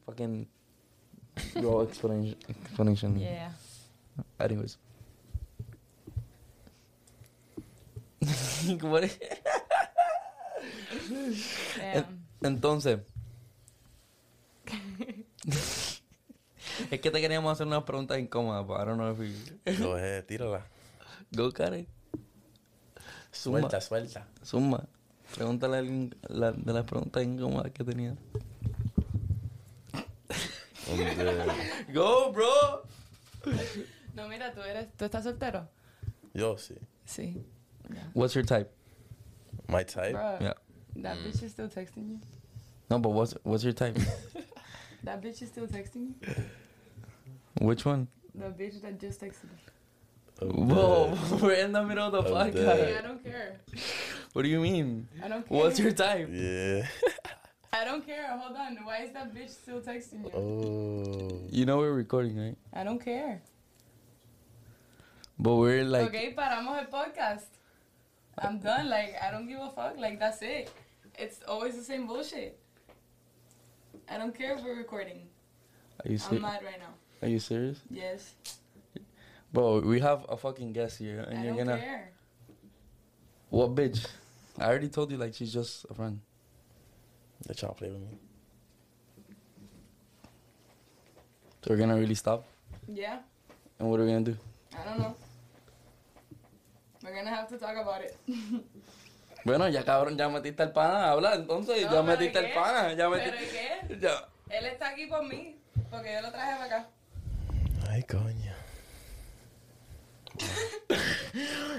[SPEAKER 1] Fucking go explanation. explanation.
[SPEAKER 2] Yeah.
[SPEAKER 1] Anyways. What is-
[SPEAKER 2] Damn.
[SPEAKER 1] Entonces. es que te queríamos hacer unas preguntas incómodas, but I don't know if we...
[SPEAKER 3] Go ahead, tírala.
[SPEAKER 1] Go, Karen. Suma.
[SPEAKER 3] Suelta, suelta.
[SPEAKER 1] Suma. Pregúntale a alguien la- de las preguntas incómodas que tenía.
[SPEAKER 3] Donde-
[SPEAKER 1] Go, bro.
[SPEAKER 2] No, mira, tú eres, tú estás soltero.
[SPEAKER 3] Yo sí.
[SPEAKER 2] Sí.
[SPEAKER 1] What's your type?
[SPEAKER 3] My type.
[SPEAKER 2] Bro,
[SPEAKER 1] Yeah.
[SPEAKER 3] Mm.
[SPEAKER 2] that bitch is still texting you.
[SPEAKER 1] No, but what's what's your type?
[SPEAKER 2] That bitch is still texting you.
[SPEAKER 1] Which one?
[SPEAKER 2] The bitch that just texted you.
[SPEAKER 3] Donde-
[SPEAKER 1] Whoa, we're in the middle of the
[SPEAKER 3] Of
[SPEAKER 1] podcast.
[SPEAKER 3] the-
[SPEAKER 2] Hey, I don't care.
[SPEAKER 1] What do you mean?
[SPEAKER 2] I don't care.
[SPEAKER 1] What's your type?
[SPEAKER 3] Yeah.
[SPEAKER 2] I don't care. Hold on. Why is that bitch still texting you?
[SPEAKER 3] Oh.
[SPEAKER 1] You know we're recording, right?
[SPEAKER 2] I don't care.
[SPEAKER 1] But we're like,
[SPEAKER 2] okay, paramos el podcast. I'm done. Like, I don't give a fuck. Like, that's it. It's always the same bullshit. I don't care if we're recording.
[SPEAKER 1] are you
[SPEAKER 2] I'm
[SPEAKER 1] ser-
[SPEAKER 2] mad right now.
[SPEAKER 1] are you serious?
[SPEAKER 2] Yes.
[SPEAKER 1] Bro, we have a fucking guest here, and
[SPEAKER 2] I
[SPEAKER 1] you're
[SPEAKER 2] don't
[SPEAKER 1] gonna
[SPEAKER 2] care.
[SPEAKER 1] what bitch? I already told you like she's just a friend.
[SPEAKER 3] Let y'all play with me.
[SPEAKER 1] So we're gonna really stop,
[SPEAKER 2] Yeah.
[SPEAKER 1] and what are we gonna do?
[SPEAKER 2] I don't know. We're gonna have to talk about it.
[SPEAKER 1] Bueno, ya cabrón, ya metiste el pana, habla entonces,
[SPEAKER 2] No,
[SPEAKER 1] ya
[SPEAKER 2] pero
[SPEAKER 1] metiste
[SPEAKER 2] ¿qué?
[SPEAKER 1] el pana, ya
[SPEAKER 2] Pero
[SPEAKER 1] metiste.
[SPEAKER 2] ¿qué?
[SPEAKER 1] Ya.
[SPEAKER 2] Él está aquí por mí. Porque yo lo traje para acá.
[SPEAKER 3] Ay, coño.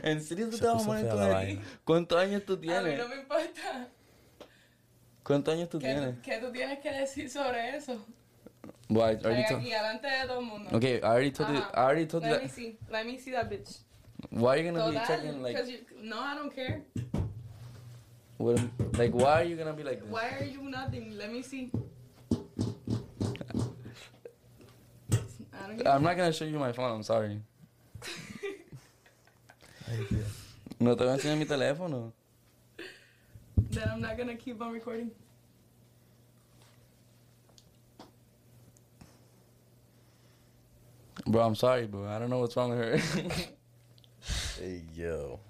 [SPEAKER 1] ¿En serio tú
[SPEAKER 3] Se
[SPEAKER 1] te vas a
[SPEAKER 3] puso
[SPEAKER 1] morir
[SPEAKER 3] fea
[SPEAKER 1] tú
[SPEAKER 3] la
[SPEAKER 1] de
[SPEAKER 3] vaina.
[SPEAKER 1] aquí? ¿Cuántos años tú
[SPEAKER 2] A mí
[SPEAKER 1] tienes?
[SPEAKER 2] no me importa.
[SPEAKER 1] ¿Cuántos años tú
[SPEAKER 2] ¿Qué,
[SPEAKER 1] tienes?
[SPEAKER 2] tú- qué tú tienes que decir sobre eso?
[SPEAKER 1] Well, I already
[SPEAKER 2] Like,
[SPEAKER 1] told.
[SPEAKER 2] aquí, delante de todo el mundo.
[SPEAKER 1] Okay, I already told you.
[SPEAKER 2] Ajá.
[SPEAKER 1] I already told you.
[SPEAKER 2] Let me
[SPEAKER 1] That.
[SPEAKER 2] see. Let me see that bitch.
[SPEAKER 1] Why are you gonna
[SPEAKER 2] So
[SPEAKER 1] be
[SPEAKER 2] that-
[SPEAKER 1] checking like?
[SPEAKER 2] 'cause you, no, I don't care.
[SPEAKER 1] What, am- like, why are you gonna be like this?
[SPEAKER 2] Why are you nothing? Let me see. I don't care.
[SPEAKER 1] I'm not gonna show you my phone. I'm sorry.
[SPEAKER 3] Ay, Dios.
[SPEAKER 1] No te voy a enseñar mi teléfono.
[SPEAKER 2] Then I'm not gonna keep on recording.
[SPEAKER 1] Bro, I'm sorry, bro. I don't know what's wrong with her.
[SPEAKER 3] Hey, yo.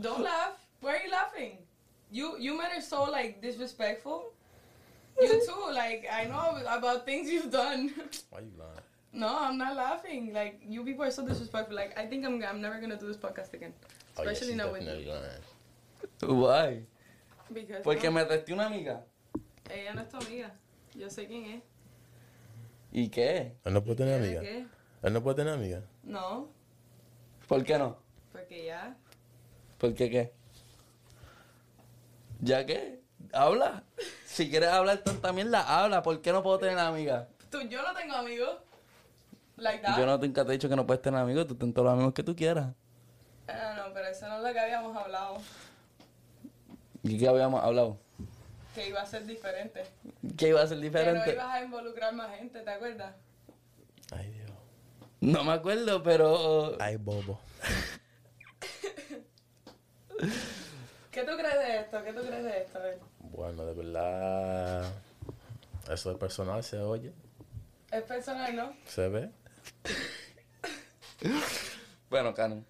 [SPEAKER 2] Don't laugh. Why are you laughing? You you men are so like disrespectful. You too. Like I know about things you've done.
[SPEAKER 3] Why you lying?
[SPEAKER 2] no, I'm not laughing. Like you people are so disrespectful. Like I think I'm I'm never gonna do this podcast again.
[SPEAKER 3] Oh, yeah,
[SPEAKER 2] Especially
[SPEAKER 3] she's
[SPEAKER 2] not with
[SPEAKER 3] definitely
[SPEAKER 2] you.
[SPEAKER 3] lying.
[SPEAKER 1] why?
[SPEAKER 2] Because
[SPEAKER 1] Porque
[SPEAKER 2] no,
[SPEAKER 1] me testé una amiga.
[SPEAKER 2] ella no es tu amiga. Yo sé quién es.
[SPEAKER 1] ¿Y qué?
[SPEAKER 3] Él no puede tener
[SPEAKER 2] ¿Quién es
[SPEAKER 3] amiga.
[SPEAKER 2] qué?
[SPEAKER 3] Él no puede tener amiga.
[SPEAKER 2] No,
[SPEAKER 1] ¿Por qué no?
[SPEAKER 2] porque ya.
[SPEAKER 1] ¿Por qué qué? ¿Ya qué? Habla. Si quieres hablar tanta mierda, habla. ¿Por qué no puedo tener amiga?
[SPEAKER 2] Tú, yo no tengo amigos. Like that.
[SPEAKER 1] Yo no nunca te he dicho que no puedes tener amigos. Tú ten todos los amigos que tú quieras.
[SPEAKER 2] Ah, no, pero eso no es lo que habíamos hablado.
[SPEAKER 1] ¿Y qué habíamos hablado?
[SPEAKER 2] Que iba a ser diferente.
[SPEAKER 1] ¿Qué iba a ser
[SPEAKER 2] Pero
[SPEAKER 1] diferente?
[SPEAKER 2] ibas a involucrar más gente, ¿te acuerdas?
[SPEAKER 3] Ay, Dios.
[SPEAKER 1] No me acuerdo, pero.
[SPEAKER 3] Ay, bobo.
[SPEAKER 2] ¿Qué tú crees de esto? ¿Qué tú crees de esto? A ver,
[SPEAKER 3] Bueno, de verdad. Eso es personal, se oye,
[SPEAKER 2] Es personal, ¿no?
[SPEAKER 3] se ve.
[SPEAKER 1] Bueno, Cano.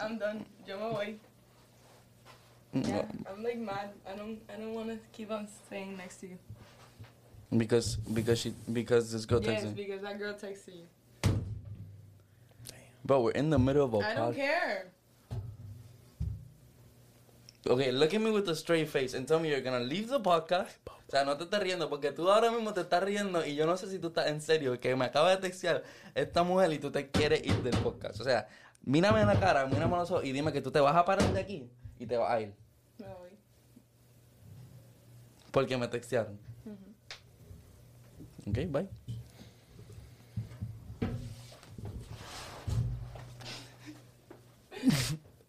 [SPEAKER 2] I'm done. Yo me voy. Yeah,
[SPEAKER 1] No.
[SPEAKER 2] I'm like mad. I don't, I don't want to keep on staying next to you.
[SPEAKER 1] Because, because she, because this girl
[SPEAKER 2] yes,
[SPEAKER 1] texted. me.
[SPEAKER 2] because that girl texted you.
[SPEAKER 1] Bro, we're in the middle of a
[SPEAKER 2] I don't
[SPEAKER 1] podcast.
[SPEAKER 2] care.
[SPEAKER 1] Okay, look at me with a straight face and tell me you're gonna leave the podcast. O sea, no te estás riendo porque tú ahora mismo te estás riendo y yo no sé si tú estás en serio que me acaba de textear esta mujer y tú te quieres ir del podcast. O sea, mírame en la cara, mírame a los ojos y dime que tú te vas a parar de aquí y te vas a ir.
[SPEAKER 2] Me voy.
[SPEAKER 1] Porque me textearon. Ok, bye.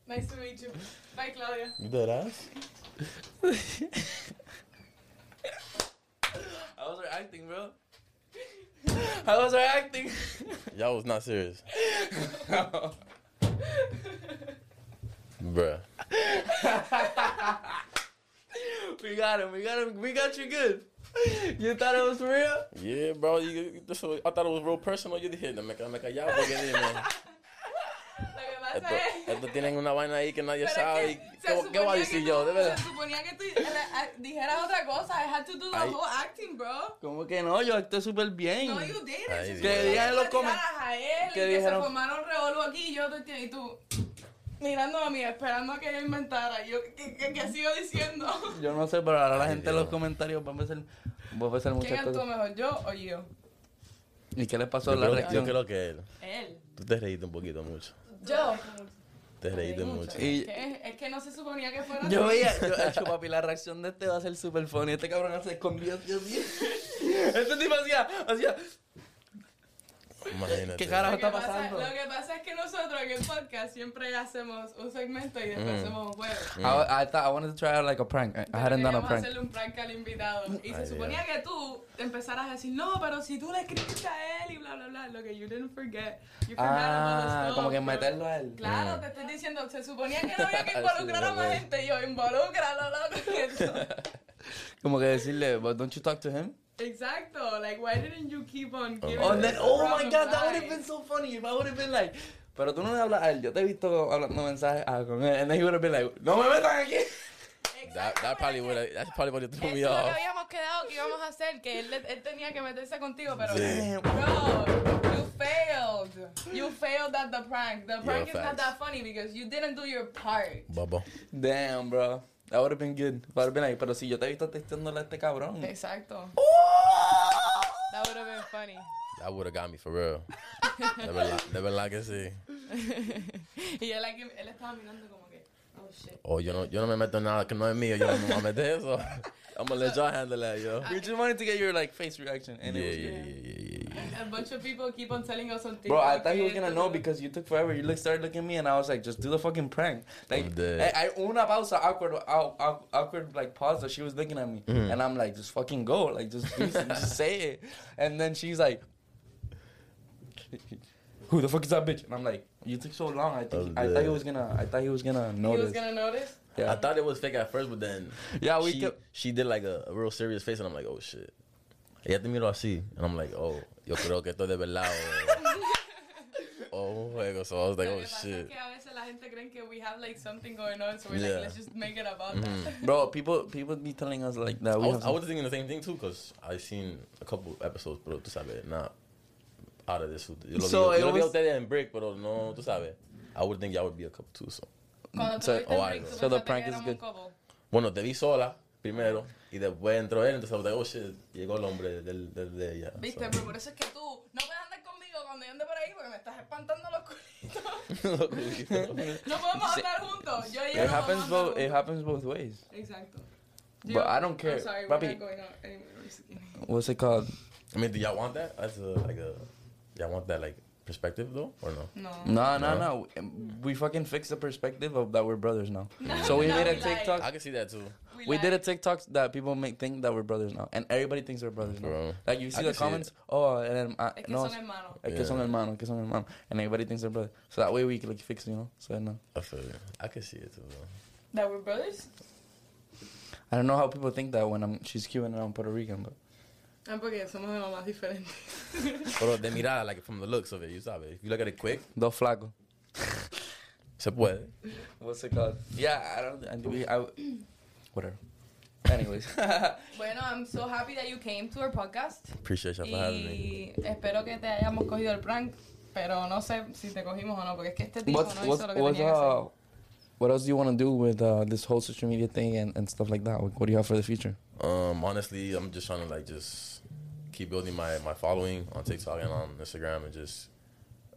[SPEAKER 2] Nice to meet you. Bye, Claudia.
[SPEAKER 3] You dead ass?
[SPEAKER 1] How was her acting, bro? How was her acting?
[SPEAKER 3] Y'all was not serious. Bruh.
[SPEAKER 1] we got him. We got him. We got you good. You thought it was for real?
[SPEAKER 3] Yeah, bro. You, you- this was, I thought it was real personal. You did me ca- me callaba porque dime.
[SPEAKER 2] Lo que
[SPEAKER 3] Esto,
[SPEAKER 2] pasa es.
[SPEAKER 3] esto tienen una vaina ahí que nadie
[SPEAKER 2] Pero es
[SPEAKER 3] sabe.
[SPEAKER 2] que
[SPEAKER 3] y-
[SPEAKER 2] se
[SPEAKER 3] ¿Qué, ¿Qué voy
[SPEAKER 2] suponía
[SPEAKER 3] a decir
[SPEAKER 2] que
[SPEAKER 3] yo?
[SPEAKER 2] tú-
[SPEAKER 3] De verdad.
[SPEAKER 2] Se suponía que tú era- a- dijeras otra cosa. I had to do the
[SPEAKER 3] Ay.
[SPEAKER 2] whole acting, bro.
[SPEAKER 1] Como que no, yo actué súper bien.
[SPEAKER 2] No, you didn't. Se
[SPEAKER 3] Ay, Dios.
[SPEAKER 2] suponía
[SPEAKER 3] Que
[SPEAKER 1] digan en
[SPEAKER 2] tú
[SPEAKER 1] los
[SPEAKER 2] le
[SPEAKER 1] comen-
[SPEAKER 2] tiraras a él y
[SPEAKER 1] que
[SPEAKER 2] que
[SPEAKER 1] dijeron-
[SPEAKER 2] se formaron revolvo aquí y yo, tú entiendes, y tú mirando a mí, esperando a que yo inventara. Y yo, ¿qué, qué, qué sigo diciendo?
[SPEAKER 1] Yo no sé, pero ahora la
[SPEAKER 3] Ay,
[SPEAKER 1] gente en los
[SPEAKER 3] Dios.
[SPEAKER 1] comentarios va a empezar, va a empezar
[SPEAKER 2] ¿Quién
[SPEAKER 1] muchas
[SPEAKER 2] actuó
[SPEAKER 1] cosas.
[SPEAKER 2] mejor, yo o yo?
[SPEAKER 1] ¿Y qué le pasó
[SPEAKER 3] Yo
[SPEAKER 1] a la
[SPEAKER 3] creo, que- yo
[SPEAKER 1] reacción?
[SPEAKER 3] creo que él.
[SPEAKER 2] Él.
[SPEAKER 3] Tú te reíste un poquito mucho.
[SPEAKER 2] Yo.
[SPEAKER 3] Te reíste mucho.
[SPEAKER 1] Y-
[SPEAKER 2] Que Es, es que no se suponía que fuera
[SPEAKER 1] Yo
[SPEAKER 2] así.
[SPEAKER 1] veía, yo, hecho, papi, la reacción de este va a ser súper funny. Este cabrón se escondió, Dios mío. Este tipo hacía, hacía,
[SPEAKER 3] Imagínate.
[SPEAKER 1] ¿Qué cara?
[SPEAKER 2] Lo
[SPEAKER 1] está
[SPEAKER 2] que pasa-
[SPEAKER 1] pasando.
[SPEAKER 2] Lo que pasa es que nosotros en el podcast siempre hacemos un segmento y después
[SPEAKER 3] Mm.
[SPEAKER 2] hacemos un juego.
[SPEAKER 1] I, I thought I wanted to try out like a prank. I, I hadn't done a
[SPEAKER 2] Queríamos
[SPEAKER 1] prank. Mm.
[SPEAKER 2] hacerle un prank al invitado. Y se
[SPEAKER 3] Ay,
[SPEAKER 2] suponía que tú empezaras a decir, no, pero si tú le escribiste a él y bla, bla, bla. Lo que you didn't forget. You forgot about the
[SPEAKER 1] Ah,
[SPEAKER 2] stuff,
[SPEAKER 1] como que
[SPEAKER 2] pero-
[SPEAKER 1] meterlo a él.
[SPEAKER 2] Claro,
[SPEAKER 3] Mm.
[SPEAKER 2] te estoy diciendo, se suponía que no había que
[SPEAKER 1] Sí,
[SPEAKER 2] involucrar a
[SPEAKER 1] lo
[SPEAKER 2] más
[SPEAKER 1] veo.
[SPEAKER 2] gente. Y yo, involúcralo, loco.
[SPEAKER 1] Como que decirle, but don't you talk to him?
[SPEAKER 2] Exacto. Like, why didn't you keep on giving
[SPEAKER 1] Oh,
[SPEAKER 3] Oh,
[SPEAKER 1] and then,
[SPEAKER 2] this
[SPEAKER 1] oh
[SPEAKER 2] problem
[SPEAKER 1] my god, that would have
[SPEAKER 2] lies?
[SPEAKER 1] been so funny if I would have been like, pero tú no le hablas a él. Yo te he visto hablando mensajes ah, con él. And then he would have been like, no me metan aquí.
[SPEAKER 3] That,
[SPEAKER 2] Exacto,
[SPEAKER 3] that
[SPEAKER 2] porque-
[SPEAKER 3] probably would have, that's probably would have threw
[SPEAKER 2] Eso
[SPEAKER 3] me
[SPEAKER 2] es lo que
[SPEAKER 3] off.
[SPEAKER 2] habíamos quedado que íbamos a hacer, que él, él tenía que meterse contigo, pero...
[SPEAKER 3] Sí.
[SPEAKER 2] Bro, you failed. You failed at the prank. The prank is not
[SPEAKER 3] facts.
[SPEAKER 2] that funny because you didn't do your part.
[SPEAKER 3] Bubba.
[SPEAKER 1] Damn, bro. That would have been good. That would have been like, pero si yo te he visto textándole a este cabrón.
[SPEAKER 2] Exacto. That would have been funny.
[SPEAKER 3] That would have got me for real. Never lie, never lie que sí.
[SPEAKER 2] y él, aquí, él estaba mirando como que... Oh, shit.
[SPEAKER 3] Oh, yo no, yo no me meto en nada que no es mío. Yo no me voy a meter eso. I'm gonna let y'all handle that, yo.
[SPEAKER 1] We just wanted to get your like face reaction, and
[SPEAKER 3] yeah,
[SPEAKER 1] it was
[SPEAKER 3] yeah,
[SPEAKER 1] good.
[SPEAKER 3] yeah, yeah, yeah,
[SPEAKER 2] A
[SPEAKER 3] yeah.
[SPEAKER 2] bunch of people keep on telling us on TikTok.
[SPEAKER 1] Bro, I thought he was
[SPEAKER 2] que
[SPEAKER 1] gonna
[SPEAKER 2] esto,
[SPEAKER 1] know
[SPEAKER 2] que-
[SPEAKER 1] because you took forever. You look, started looking at me, and I was like, just do the fucking prank. Like,
[SPEAKER 3] I'm dead.
[SPEAKER 1] I, I una pausa awkward, aw, aw, awkward like pause that she was looking at me,
[SPEAKER 3] Mm-hmm.
[SPEAKER 1] and I'm like, just fucking go, like just do some- just say it. And then she's like, who the fuck is that bitch? And I'm like, you took so long. I think
[SPEAKER 3] I'm
[SPEAKER 1] I thought he
[SPEAKER 3] dead.
[SPEAKER 1] was gonna, I thought he was gonna
[SPEAKER 2] He was
[SPEAKER 1] notice.
[SPEAKER 2] gonna notice.
[SPEAKER 1] yeah,
[SPEAKER 3] I thought it was fake at first, but then
[SPEAKER 1] yeah, we
[SPEAKER 3] she,
[SPEAKER 1] kept.
[SPEAKER 3] she did like a, a real serious face, and I'm like, oh shit. Ella te miró así, and I'm like, oh, yo creo que esto es de verdad. o- O un juego, so I was like,
[SPEAKER 2] Lo
[SPEAKER 3] oh
[SPEAKER 2] que pasa es
[SPEAKER 3] shit.
[SPEAKER 2] que a veces la gente cree que we have like something going on, so we're
[SPEAKER 3] Yeah.
[SPEAKER 2] like, let's just make it about that.
[SPEAKER 1] Bro, people people be telling us like that.
[SPEAKER 3] Mm-hmm. I
[SPEAKER 1] We have
[SPEAKER 3] was, I
[SPEAKER 1] some-
[SPEAKER 3] was thinking the same thing too, cause I seen a couple episodes, pero tú sabes, not out of this. Yo lo vi,
[SPEAKER 1] So
[SPEAKER 3] yo
[SPEAKER 1] it
[SPEAKER 3] lo vi a
[SPEAKER 1] was-
[SPEAKER 3] ustedes en break, pero no, tú sabes. I would think y'all would be a couple too, so.
[SPEAKER 2] Cuando tú
[SPEAKER 1] So-
[SPEAKER 2] viste el
[SPEAKER 3] oh,
[SPEAKER 2] break,
[SPEAKER 3] algo.
[SPEAKER 2] tú
[SPEAKER 1] So the
[SPEAKER 2] pensaste que
[SPEAKER 1] prank is
[SPEAKER 2] éramos
[SPEAKER 1] good.
[SPEAKER 2] un couple.
[SPEAKER 3] Bueno, te vi sola primero, y después entró él, entonces I was like, oh shit, llegó el hombre del, del, de ella.
[SPEAKER 2] Viste,
[SPEAKER 3] so.
[SPEAKER 2] pero por eso es que tú no puedes andar conmigo cuando yo ande por ahí porque me estás espantando los culitos. No podemos andar juntos. Yo y yo
[SPEAKER 1] It
[SPEAKER 2] no
[SPEAKER 1] happens
[SPEAKER 2] podemos
[SPEAKER 1] both. It
[SPEAKER 2] andar
[SPEAKER 1] happens both ways.
[SPEAKER 2] juntos. Exacto.
[SPEAKER 1] But I don't care.
[SPEAKER 2] I'm sorry, we're
[SPEAKER 1] Papi.
[SPEAKER 2] not going out anywhere. We're just kidding.
[SPEAKER 1] What's it called?
[SPEAKER 3] I mean, do y'all want that as a like a y'all want that like perspective though or no?
[SPEAKER 2] No.
[SPEAKER 1] No, no, no. Um,
[SPEAKER 3] No.
[SPEAKER 1] We fucking fixed the perspective of that we're brothers now.
[SPEAKER 2] No,
[SPEAKER 1] So we
[SPEAKER 2] no,
[SPEAKER 1] made a
[SPEAKER 2] we lied.
[SPEAKER 1] TikTok.
[SPEAKER 3] I can see that too,
[SPEAKER 1] We did
[SPEAKER 2] lied.
[SPEAKER 1] a TikTok that people make think that we're brothers now, and everybody thinks we're brothers now.
[SPEAKER 3] bro.
[SPEAKER 1] Like you see
[SPEAKER 3] I
[SPEAKER 1] the
[SPEAKER 3] can see it.
[SPEAKER 1] comments, oh, and then uh,
[SPEAKER 2] Es que
[SPEAKER 1] no,
[SPEAKER 2] son hermanos.
[SPEAKER 1] es que son
[SPEAKER 3] Yeah.
[SPEAKER 1] hermano, que son hermano, and everybody thinks they're brothers. So that way we can like fix, you know. So no,
[SPEAKER 3] I feel it. I can see it too, bro.
[SPEAKER 2] That we're brothers?
[SPEAKER 1] I don't know how people think that when I'm she's Cuban and I'm Puerto Rican, but
[SPEAKER 2] Ah, porque somos de mamás diferentes.
[SPEAKER 3] Pero de mirada, like from the looks of it, you sabe. If you look at it quick,
[SPEAKER 1] dos flaco.
[SPEAKER 3] se puede.
[SPEAKER 1] What's it called? Yeah, I don't. I, we- I, whatever. Anyways,
[SPEAKER 2] Bueno, I'm so happy that you came to our podcast.
[SPEAKER 3] Appreciate y'all for having me.
[SPEAKER 2] Y espero que te hayamos cogido el prank, pero no sé si te cogimos o no, porque es que este tipo
[SPEAKER 1] what's
[SPEAKER 2] no
[SPEAKER 1] what's
[SPEAKER 2] hizo lo que
[SPEAKER 1] what's
[SPEAKER 2] tenía que hacer.
[SPEAKER 1] uh, what else do you want to do with uh, this whole social media thing and, and stuff like that? Like, what do you have for the future?
[SPEAKER 3] Um, honestly, I'm just trying to like just keep building my my following on TikTok and on Instagram and just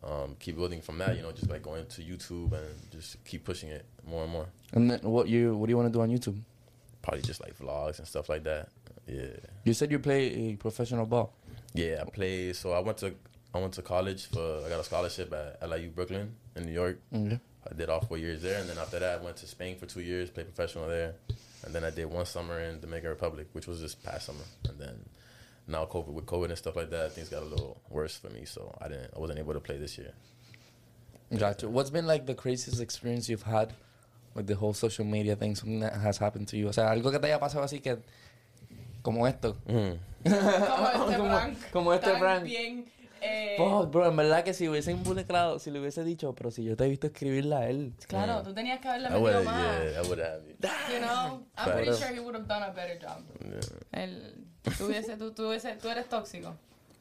[SPEAKER 3] um keep building from that. You know, just like going to YouTube and just keep pushing it more and more.
[SPEAKER 1] And then what you what do you want to do on YouTube?
[SPEAKER 3] probably just like vlogs and stuff like that. Yeah,
[SPEAKER 1] You said you play uh, professional ball.
[SPEAKER 3] yeah. I played. So I went to I went to college for I got a scholarship at LIU Brooklyn in New York.
[SPEAKER 1] Okay.
[SPEAKER 3] I did all four years there, and then after that, I went to Spain for two years, played professional there, and then I did one summer in Dominican Republic, which was this past summer, and then now COVID with COVID and stuff like that, things got a little worse for me, so I didn't, I wasn't able to play this year.
[SPEAKER 1] Gotcha. What's been like the craziest experience you've had with the whole social media thing? Something that has happened to you. O sea, algo que te haya pasado así que como esto.
[SPEAKER 2] Como este
[SPEAKER 1] Como-
[SPEAKER 2] prank.
[SPEAKER 1] como este
[SPEAKER 2] tan
[SPEAKER 1] prank.
[SPEAKER 2] bien, eh,
[SPEAKER 1] Fuck, bro, en verdad que si hubiese involucrado, si le hubiese dicho, pero si yo te he visto escribirla a él.
[SPEAKER 2] Claro, tú tenías que haberle
[SPEAKER 3] I
[SPEAKER 2] metido
[SPEAKER 3] would,
[SPEAKER 2] más.
[SPEAKER 3] yeah, I would have. it.
[SPEAKER 2] You know, I'm pretty
[SPEAKER 3] Claro.
[SPEAKER 2] sure he would have done a better job. El, tú, hubiese- tú, tú hubiese- tú eres tóxico.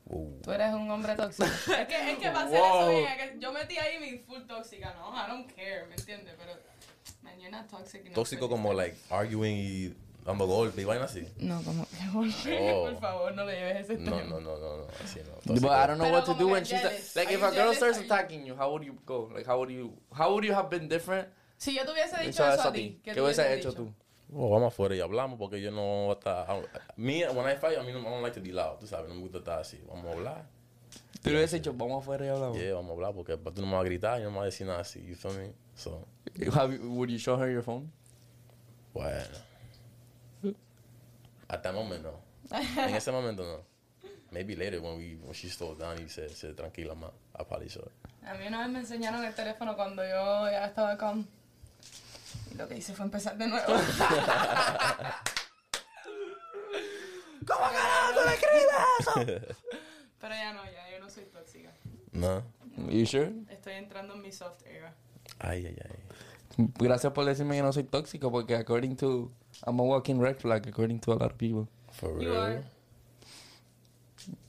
[SPEAKER 3] Ooh.
[SPEAKER 2] Tú eres un hombre tóxico. es que, es que para hacer eso,
[SPEAKER 1] Wow.
[SPEAKER 2] mira, que yo metí ahí mi full tóxica, ¿no? I don't care, ¿me entiendes? Pero, man, you're not toxic enough.
[SPEAKER 3] Tóxico
[SPEAKER 2] for this.
[SPEAKER 3] como like arguing y dando golpe y vaina así.
[SPEAKER 2] No, como que golpe,
[SPEAKER 3] Oh.
[SPEAKER 2] por favor, no le lleves ese
[SPEAKER 3] No,
[SPEAKER 2] tema.
[SPEAKER 3] no, no, no, no, así no.
[SPEAKER 1] But
[SPEAKER 3] Tóxico.
[SPEAKER 1] I don't know
[SPEAKER 2] Pero
[SPEAKER 1] what to
[SPEAKER 2] como
[SPEAKER 1] do
[SPEAKER 2] que
[SPEAKER 1] when she's
[SPEAKER 2] jealous.
[SPEAKER 1] like,
[SPEAKER 2] Are
[SPEAKER 1] if
[SPEAKER 2] you
[SPEAKER 1] a girl
[SPEAKER 2] jealous?
[SPEAKER 1] starts
[SPEAKER 2] Are you-
[SPEAKER 1] attacking you, how would you go? Like, how would you, how would you have been different?
[SPEAKER 2] Si yo te hubiese dicho
[SPEAKER 1] Hecho
[SPEAKER 2] eso,
[SPEAKER 1] eso
[SPEAKER 2] a ti,
[SPEAKER 1] ¿Qué hubiese hecho tú?
[SPEAKER 3] Well, vamos afuera y hablamos porque yo no voy a estar. I don't- Me, when I fight, I mean, I don't like to be loud, tú sabes, no me gusta estar así. Vamos a hablar.
[SPEAKER 1] Tú le hubieses dicho, vamos afuera y hablamos.
[SPEAKER 3] Yeah, vamos a hablar porque tú no me vas a gritar y no me vas a decir nada así, you feel me? So,
[SPEAKER 1] Have you- would you show her your phone?
[SPEAKER 3] bueno. Hasta el momento no. En ese momento no. Maybe later when we when she stole down y se, se tranquila más. I probably should.
[SPEAKER 2] A mí una vez me enseñaron el teléfono cuando yo ya estaba con... Y lo que hice fue empezar de nuevo.
[SPEAKER 1] ¿Cómo carajo tú le escribes
[SPEAKER 2] Pero ya no, ya, yo no soy tóxica.
[SPEAKER 3] No.
[SPEAKER 1] eso? You sure?
[SPEAKER 2] Estoy entrando en mi soft era.
[SPEAKER 3] Ay, ay, ay.
[SPEAKER 1] Gracias por decirme que no soy tóxico porque according to, I'm a walking red flag according to a lot of people.
[SPEAKER 3] For
[SPEAKER 2] You
[SPEAKER 3] real?
[SPEAKER 2] are.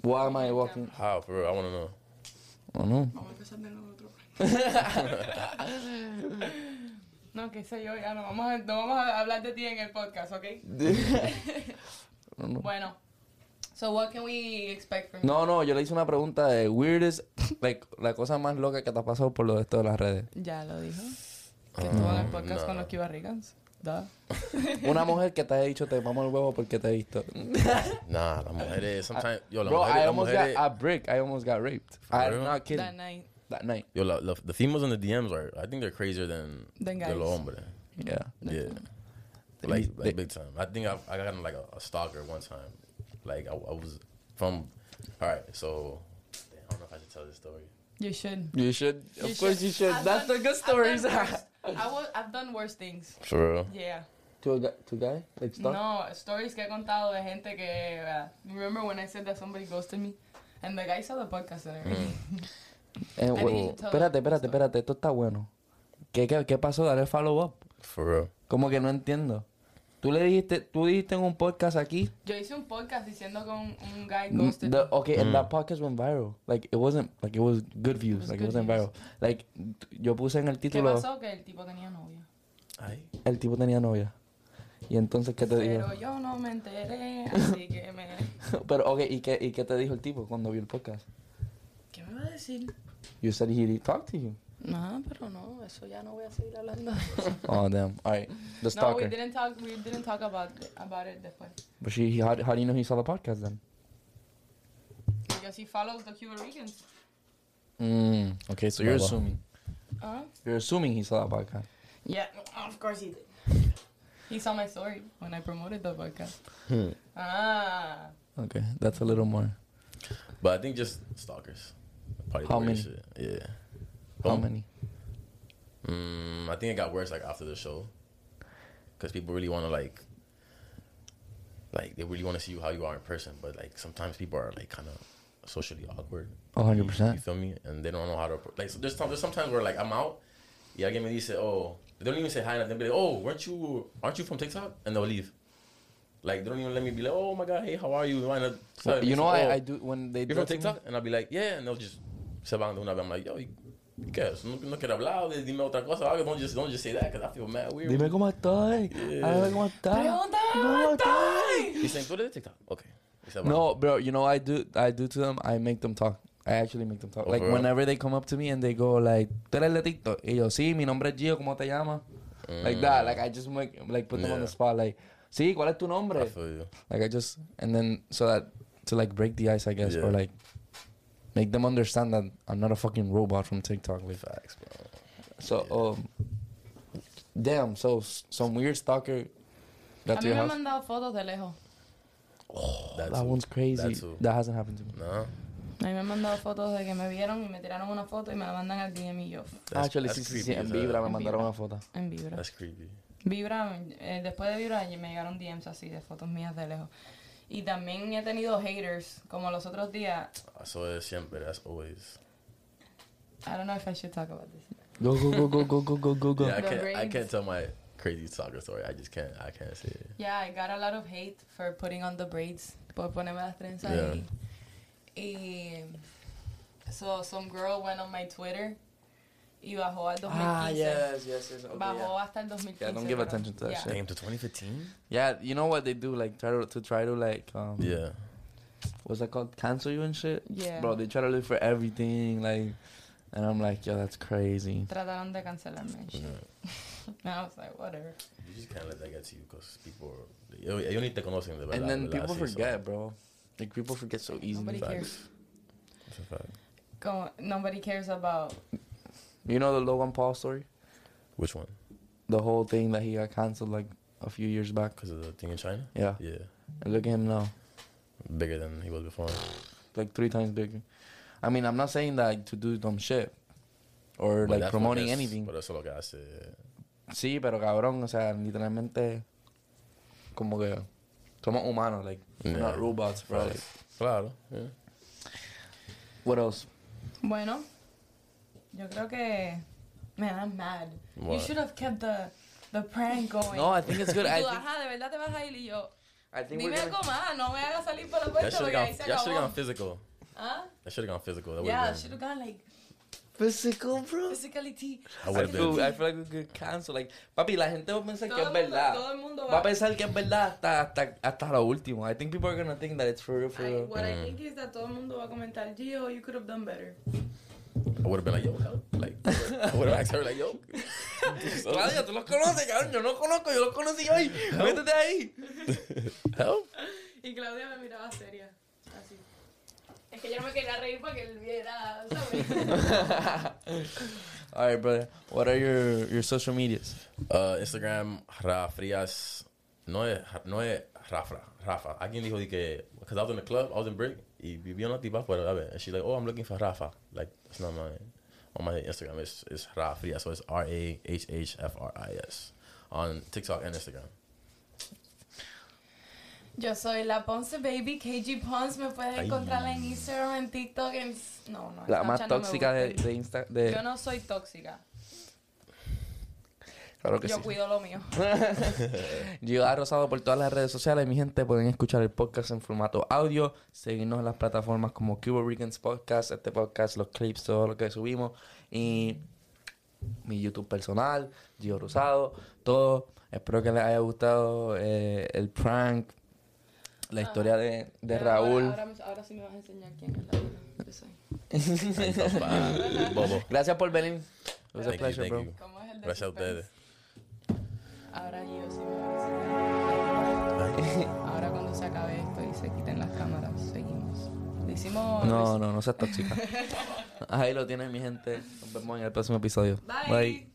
[SPEAKER 1] Why am I walking?
[SPEAKER 3] How? For real? I want to know.
[SPEAKER 1] Oh no.
[SPEAKER 2] Vamos a empezar de nuevo otro No, qué sé yo, ya no vamos, a, no vamos a hablar de ti en el podcast, ¿ok?
[SPEAKER 1] No, no.
[SPEAKER 2] Bueno. So what can we expect from
[SPEAKER 1] No, no, yo le hice una pregunta de weirdest, like, la cosa más loca que te ha pasado por lo de esto de las redes.
[SPEAKER 2] you? Ya lo dijo. Que
[SPEAKER 1] Ah,
[SPEAKER 2] estuvo en el
[SPEAKER 3] Um,
[SPEAKER 2] podcast
[SPEAKER 3] no.
[SPEAKER 2] con los Kibarricans. Da.
[SPEAKER 1] Una mujer que te haya dicho te mamo el huevo porque te he visto.
[SPEAKER 3] Nah, las mujeres, sometimes, yo, las
[SPEAKER 1] Bro,
[SPEAKER 3] mujeres,
[SPEAKER 1] I
[SPEAKER 3] las
[SPEAKER 1] almost
[SPEAKER 3] mujeres-
[SPEAKER 1] got a brick. I almost got raped.
[SPEAKER 3] For
[SPEAKER 1] I'm
[SPEAKER 3] real?
[SPEAKER 1] not kidding.
[SPEAKER 2] That
[SPEAKER 1] That,
[SPEAKER 2] night.
[SPEAKER 1] night.
[SPEAKER 3] Yo, la, la, the females on the DMs are, I think they're crazier than,
[SPEAKER 2] Than
[SPEAKER 3] de
[SPEAKER 2] guys.
[SPEAKER 3] los hombres.
[SPEAKER 1] Yeah.
[SPEAKER 3] Yeah.
[SPEAKER 1] They-
[SPEAKER 3] Like,
[SPEAKER 1] they-
[SPEAKER 3] like big time. I think I, I got in like a, a stalker one time. Like, I, I was from, all right, so, damn, I don't know if I should tell this story.
[SPEAKER 2] You should.
[SPEAKER 1] You should. Of course you should.
[SPEAKER 2] I've
[SPEAKER 1] That's
[SPEAKER 2] done-
[SPEAKER 1] the good
[SPEAKER 2] I've done
[SPEAKER 1] stories.
[SPEAKER 2] worse. I was, I've done worse things.
[SPEAKER 3] For real?
[SPEAKER 2] Yeah.
[SPEAKER 1] to a guy, to a guy? Like stuff?
[SPEAKER 2] No, stories que he contado de gente que. uh, remember when I said that somebody ghosted me? And the guy saw the podcast and everything.
[SPEAKER 1] Mm. Eh,
[SPEAKER 2] I
[SPEAKER 1] well,
[SPEAKER 2] need you to tell
[SPEAKER 1] espérate,
[SPEAKER 2] them.
[SPEAKER 1] espérate, espérate. Esto está bueno. ¿Qué, qué, qué pasó? Dale follow up.
[SPEAKER 3] For real.
[SPEAKER 1] Como que no entiendo. Tú le dijiste, tú dijiste en un podcast aquí.
[SPEAKER 2] Yo hice un podcast diciendo que un, un guy
[SPEAKER 1] Mm,
[SPEAKER 2] ghosted
[SPEAKER 1] The,
[SPEAKER 2] me.
[SPEAKER 1] okay, and that podcast went viral. Like it wasn't, like it was good views.
[SPEAKER 2] was
[SPEAKER 1] like
[SPEAKER 2] good
[SPEAKER 1] it wasn't
[SPEAKER 2] views.
[SPEAKER 1] viral. Like yo puse en el
[SPEAKER 2] ¿Qué
[SPEAKER 1] título,
[SPEAKER 2] pasó? Que el tipo tenía novia.
[SPEAKER 3] Ay.
[SPEAKER 1] el tipo tenía novia. Y entonces qué te dijo.
[SPEAKER 2] Pero yo no me enteré, así que me...
[SPEAKER 1] Pero, ok, ¿y qué, ¿y qué te dijo el tipo cuando vio el podcast?
[SPEAKER 2] ¿Qué me va a decir?
[SPEAKER 1] You said he talked to you.
[SPEAKER 2] No, pero no, eso ya no voy a seguir hablando. no,
[SPEAKER 1] Oh, damn. All right. The
[SPEAKER 2] we
[SPEAKER 1] stalker.
[SPEAKER 2] didn't talk, we didn't talk about, th- about it después.
[SPEAKER 1] But she, he, how, how do you know he saw the podcast then?
[SPEAKER 2] Because he follows the Cuban Regans.
[SPEAKER 1] Mm, okay, so
[SPEAKER 3] Bye-bye.
[SPEAKER 1] assuming.
[SPEAKER 2] Huh?
[SPEAKER 1] You're assuming he saw the podcast.
[SPEAKER 2] Yeah, Ah. of course he did. He saw my story when I promoted the podcast.
[SPEAKER 1] Hmm.
[SPEAKER 2] Ah,
[SPEAKER 1] Okay, that's a little more.
[SPEAKER 3] But I think just stalkers. Probably
[SPEAKER 1] How
[SPEAKER 3] the
[SPEAKER 1] many?
[SPEAKER 3] worst Shit. Yeah.
[SPEAKER 1] How
[SPEAKER 3] Um,
[SPEAKER 1] many?
[SPEAKER 3] Mm, I think it got worse like after the show, because people really want to like, like they really want to see you how you are in person. But like sometimes people are like kind of socially awkward.
[SPEAKER 1] Oh,
[SPEAKER 3] You
[SPEAKER 1] 100%.
[SPEAKER 3] feel me? And they don't know how to appro- like. So there's, some- there's sometimes where like I'm out, yeah, give me these say oh they don't even say hi. They be like oh weren't you aren't you from TikTok? And they'll leave. Like they don't even let me be like oh my god hey how are you? Why not-
[SPEAKER 1] Well, you know,
[SPEAKER 3] Oh,
[SPEAKER 1] I, I do, when they
[SPEAKER 3] you're
[SPEAKER 1] do
[SPEAKER 3] from
[SPEAKER 1] it to me-
[SPEAKER 3] TikTok? And I'll be like, yeah. And they'll just se van de una vez. I'm like, yo, you, you guys, no, no quiero hablar, de- dime otra cosa. algo. Don't just, don't just say that because I feel mad weird.
[SPEAKER 1] Dime cómo estoy. Háblame cómo estás.
[SPEAKER 2] Pregúntame
[SPEAKER 1] ¿Cómo estás?
[SPEAKER 3] He's saying, tú eres de TikTok? Okay. Y se van.
[SPEAKER 1] No, bro, you know I do I do to them, I make them talk. I actually make them talk.
[SPEAKER 3] Oh,
[SPEAKER 1] like
[SPEAKER 3] for real?
[SPEAKER 1] whenever they come up to me and they go like, "Tú eres de TikTok?"
[SPEAKER 3] Mm.
[SPEAKER 1] Y yo, "Sí, mi nombre es Gio, ¿cómo te llamas?" Like that. Like I just make like put them on the
[SPEAKER 3] Yeah.
[SPEAKER 1] spot like, sí, ¿cuál es tu
[SPEAKER 3] I
[SPEAKER 1] nombre?
[SPEAKER 3] feel you.
[SPEAKER 1] Like I just and then so that to like break the ice, I guess,
[SPEAKER 3] Yeah.
[SPEAKER 1] or like make them understand that I'm not a fucking robot from TikTok. Like,
[SPEAKER 3] Facts, bro.
[SPEAKER 1] so um, damn. So s- some weird stalker got
[SPEAKER 2] A
[SPEAKER 1] to
[SPEAKER 2] mí me
[SPEAKER 1] your
[SPEAKER 2] han
[SPEAKER 1] house.
[SPEAKER 2] mandado fotos de lejos.
[SPEAKER 3] That
[SPEAKER 1] That
[SPEAKER 3] too.
[SPEAKER 1] one's crazy.
[SPEAKER 3] too.
[SPEAKER 1] That hasn't happened to me.
[SPEAKER 3] No.
[SPEAKER 2] A mí me han mandado fotos de que me vieron y me tiraron una foto y me la mandan al DM y yo
[SPEAKER 3] That's,
[SPEAKER 1] Actually,
[SPEAKER 3] that's
[SPEAKER 1] Ah, sí, sí,
[SPEAKER 3] creepy
[SPEAKER 1] sí. En
[SPEAKER 3] as
[SPEAKER 1] Vibra
[SPEAKER 3] hell.
[SPEAKER 1] me
[SPEAKER 2] En Vibra.
[SPEAKER 1] mandaron una foto.
[SPEAKER 2] en Vibra.
[SPEAKER 3] That's creepy.
[SPEAKER 2] Vibra, eh, después de Vibra me llegaron DMs así de fotos mías de lejos. Y también he tenido haters, como los otros días.
[SPEAKER 3] Eso es siempre. That's always.
[SPEAKER 2] I don't know if I should talk about this.
[SPEAKER 1] Go go go go go go go go go.
[SPEAKER 3] Yeah, I
[SPEAKER 2] The
[SPEAKER 3] can't. I
[SPEAKER 2] rings.
[SPEAKER 3] can't tell my crazy soccer story. I just can't. I can't say it.
[SPEAKER 2] Yeah, I got a lot of hate for putting on the braids, por ponerme las trenzas.
[SPEAKER 3] Yeah.
[SPEAKER 2] Y, y so some girl went on my Twitter y bajó al 2015.
[SPEAKER 1] Ah, yes, yes.
[SPEAKER 2] Bajó hasta el 2015.
[SPEAKER 1] Yeah, don't give
[SPEAKER 2] creo.
[SPEAKER 1] attention to that
[SPEAKER 2] Yeah.
[SPEAKER 1] shit.
[SPEAKER 3] to 2015.
[SPEAKER 1] Yeah, you know what they do? Like try to, to try to like um,
[SPEAKER 2] Mm-hmm.
[SPEAKER 3] Yeah.
[SPEAKER 1] what's that called? Cancel you and shit.
[SPEAKER 2] Yeah.
[SPEAKER 1] Bro, they try to look for everything, like, and I'm like, yo, that's crazy.
[SPEAKER 2] Trataron de cancelarme. and shit.
[SPEAKER 1] Mm-hmm.
[SPEAKER 3] Yeah.
[SPEAKER 2] And I was like, whatever.
[SPEAKER 3] You just can't let that get to you because people. are- Ellos ellos ni te conocen de verdad.
[SPEAKER 1] And then
[SPEAKER 3] ¿verdad?
[SPEAKER 1] people
[SPEAKER 3] Sí,
[SPEAKER 1] forget, bro. Like people forget so
[SPEAKER 2] Nobody
[SPEAKER 1] easily.
[SPEAKER 3] Facts.
[SPEAKER 2] cares.
[SPEAKER 3] So, it's a fact.
[SPEAKER 2] Como, nobody cares about.
[SPEAKER 1] You know the Logan Paul story,
[SPEAKER 3] Which one?
[SPEAKER 1] the whole thing that he got canceled like a few years back.
[SPEAKER 3] Because of the thing in China.
[SPEAKER 2] Ah.
[SPEAKER 1] Yeah,
[SPEAKER 3] Yeah.
[SPEAKER 1] and look at him now,
[SPEAKER 3] Bigger than he was before.
[SPEAKER 1] like three times bigger. I mean, I'm not saying that to do dumb shit or
[SPEAKER 3] But
[SPEAKER 1] like
[SPEAKER 3] that's eh, lo
[SPEAKER 1] promoting
[SPEAKER 3] que es-
[SPEAKER 1] anything.
[SPEAKER 3] Pero eso es lo que hace.
[SPEAKER 1] Sí, pero cabrón, o sea, literalmente, como que somos humanos, like we're
[SPEAKER 3] Yeah.
[SPEAKER 1] not robots, bro. Like,
[SPEAKER 3] Facts. Claro. Yeah.
[SPEAKER 1] what else?
[SPEAKER 2] Bueno, yo creo que. Man, I'm mad. You
[SPEAKER 3] What?
[SPEAKER 2] should have kept the, the prank going.
[SPEAKER 1] No, I think it's good.
[SPEAKER 2] Y
[SPEAKER 1] I
[SPEAKER 2] tú,
[SPEAKER 1] think
[SPEAKER 2] ajá, de verdad te vas a ir y yo.
[SPEAKER 1] I think we're
[SPEAKER 2] Dime
[SPEAKER 1] gonna.
[SPEAKER 2] algo más, no me hagas salir por la
[SPEAKER 3] That
[SPEAKER 2] puerta
[SPEAKER 3] should
[SPEAKER 2] porque
[SPEAKER 3] have
[SPEAKER 2] ahí
[SPEAKER 3] gone,
[SPEAKER 2] se
[SPEAKER 3] that should've gone
[SPEAKER 2] acabó.
[SPEAKER 3] physical.
[SPEAKER 2] ¿Ah?
[SPEAKER 3] That should have gone physical. That
[SPEAKER 2] Yeah, I
[SPEAKER 3] yeah,
[SPEAKER 2] should have gone like
[SPEAKER 1] Physical, bro.
[SPEAKER 2] physicality.
[SPEAKER 1] I
[SPEAKER 3] I would have
[SPEAKER 1] feel,
[SPEAKER 3] been.
[SPEAKER 1] I feel like we could cancel. Like, papi, la gente va a pensar
[SPEAKER 2] Todo
[SPEAKER 1] que es
[SPEAKER 2] el mundo-
[SPEAKER 1] verdad.
[SPEAKER 2] todo el mundo
[SPEAKER 1] Va
[SPEAKER 2] va.
[SPEAKER 1] a pensar que es verdad hasta, hasta, hasta lo último. I think people are gonna think that it's for real, for
[SPEAKER 2] I,
[SPEAKER 1] real.
[SPEAKER 2] what I think is that todo el mundo va a comentar, Gio, you could have done better.
[SPEAKER 3] I would have been like, yo, how- like, I would have asked her, like, yo.
[SPEAKER 1] Claudia, tú los conoces, cabrón. Yo no conozco, yo los conocí hoy. Métete ahí.
[SPEAKER 3] Help?
[SPEAKER 2] Y Claudia me miraba seria, así. Es que yo no me quería reír para que él viera, ¿sabes?
[SPEAKER 1] All right, brother. What are your your social medias?
[SPEAKER 3] Uh, Instagram, Rafrias. No es, no es Rafa. Rafa. Alguien dijo de que, because I was in the club, I was in break, y vi una tipa afuera, a ver, and she's like, oh, I'm looking for Rafa. Like, that's not my, on my Instagram, it's, it's Rafrias, so it's R-A-H-H-F-R-I-S. On TikTok and Instagram.
[SPEAKER 2] Yo soy la Ponce Baby, KG Ponce, me puedes
[SPEAKER 3] Ay.
[SPEAKER 2] encontrar en Instagram, en TikTok, en... No, no, en
[SPEAKER 1] La más
[SPEAKER 2] Snapchat no me
[SPEAKER 1] tóxica de,
[SPEAKER 2] gusta.
[SPEAKER 1] de Insta.
[SPEAKER 2] Yo
[SPEAKER 1] De,
[SPEAKER 2] no soy tóxica,
[SPEAKER 1] claro que
[SPEAKER 2] yo
[SPEAKER 1] sí.
[SPEAKER 2] cuido lo mío.
[SPEAKER 1] Gio ha Rosado por todas las redes sociales. Mi gente, pueden escuchar el podcast en formato audio, seguirnos en las plataformas como Cuba Ricans Podcast, este podcast, los clips, todo lo que subimos. Y mi YouTube personal, Gio Rosado, todo. Espero que les haya gustado eh, el prank, la historia de, de
[SPEAKER 2] Pero ahora-
[SPEAKER 1] Raúl.
[SPEAKER 2] Ahora, ahora sí me vas a enseñar quién es la que yo soy.
[SPEAKER 3] Bobo.
[SPEAKER 1] Gracias por venir. It was a
[SPEAKER 3] Thank you,
[SPEAKER 1] pleasure,
[SPEAKER 3] thank
[SPEAKER 1] bro.
[SPEAKER 3] you.
[SPEAKER 2] ¿Cómo es el de
[SPEAKER 3] Gracias a
[SPEAKER 2] suspense?
[SPEAKER 3] ustedes.
[SPEAKER 2] Ahora yo sí me voy a enseñar. Ahora cuando se acabe esto y se quiten las cámaras, seguimos. Le hicimos...
[SPEAKER 1] No, no, no seas tóxica. Ahí lo tienen, mi gente. Nos vemos en el próximo episodio.
[SPEAKER 2] Bye.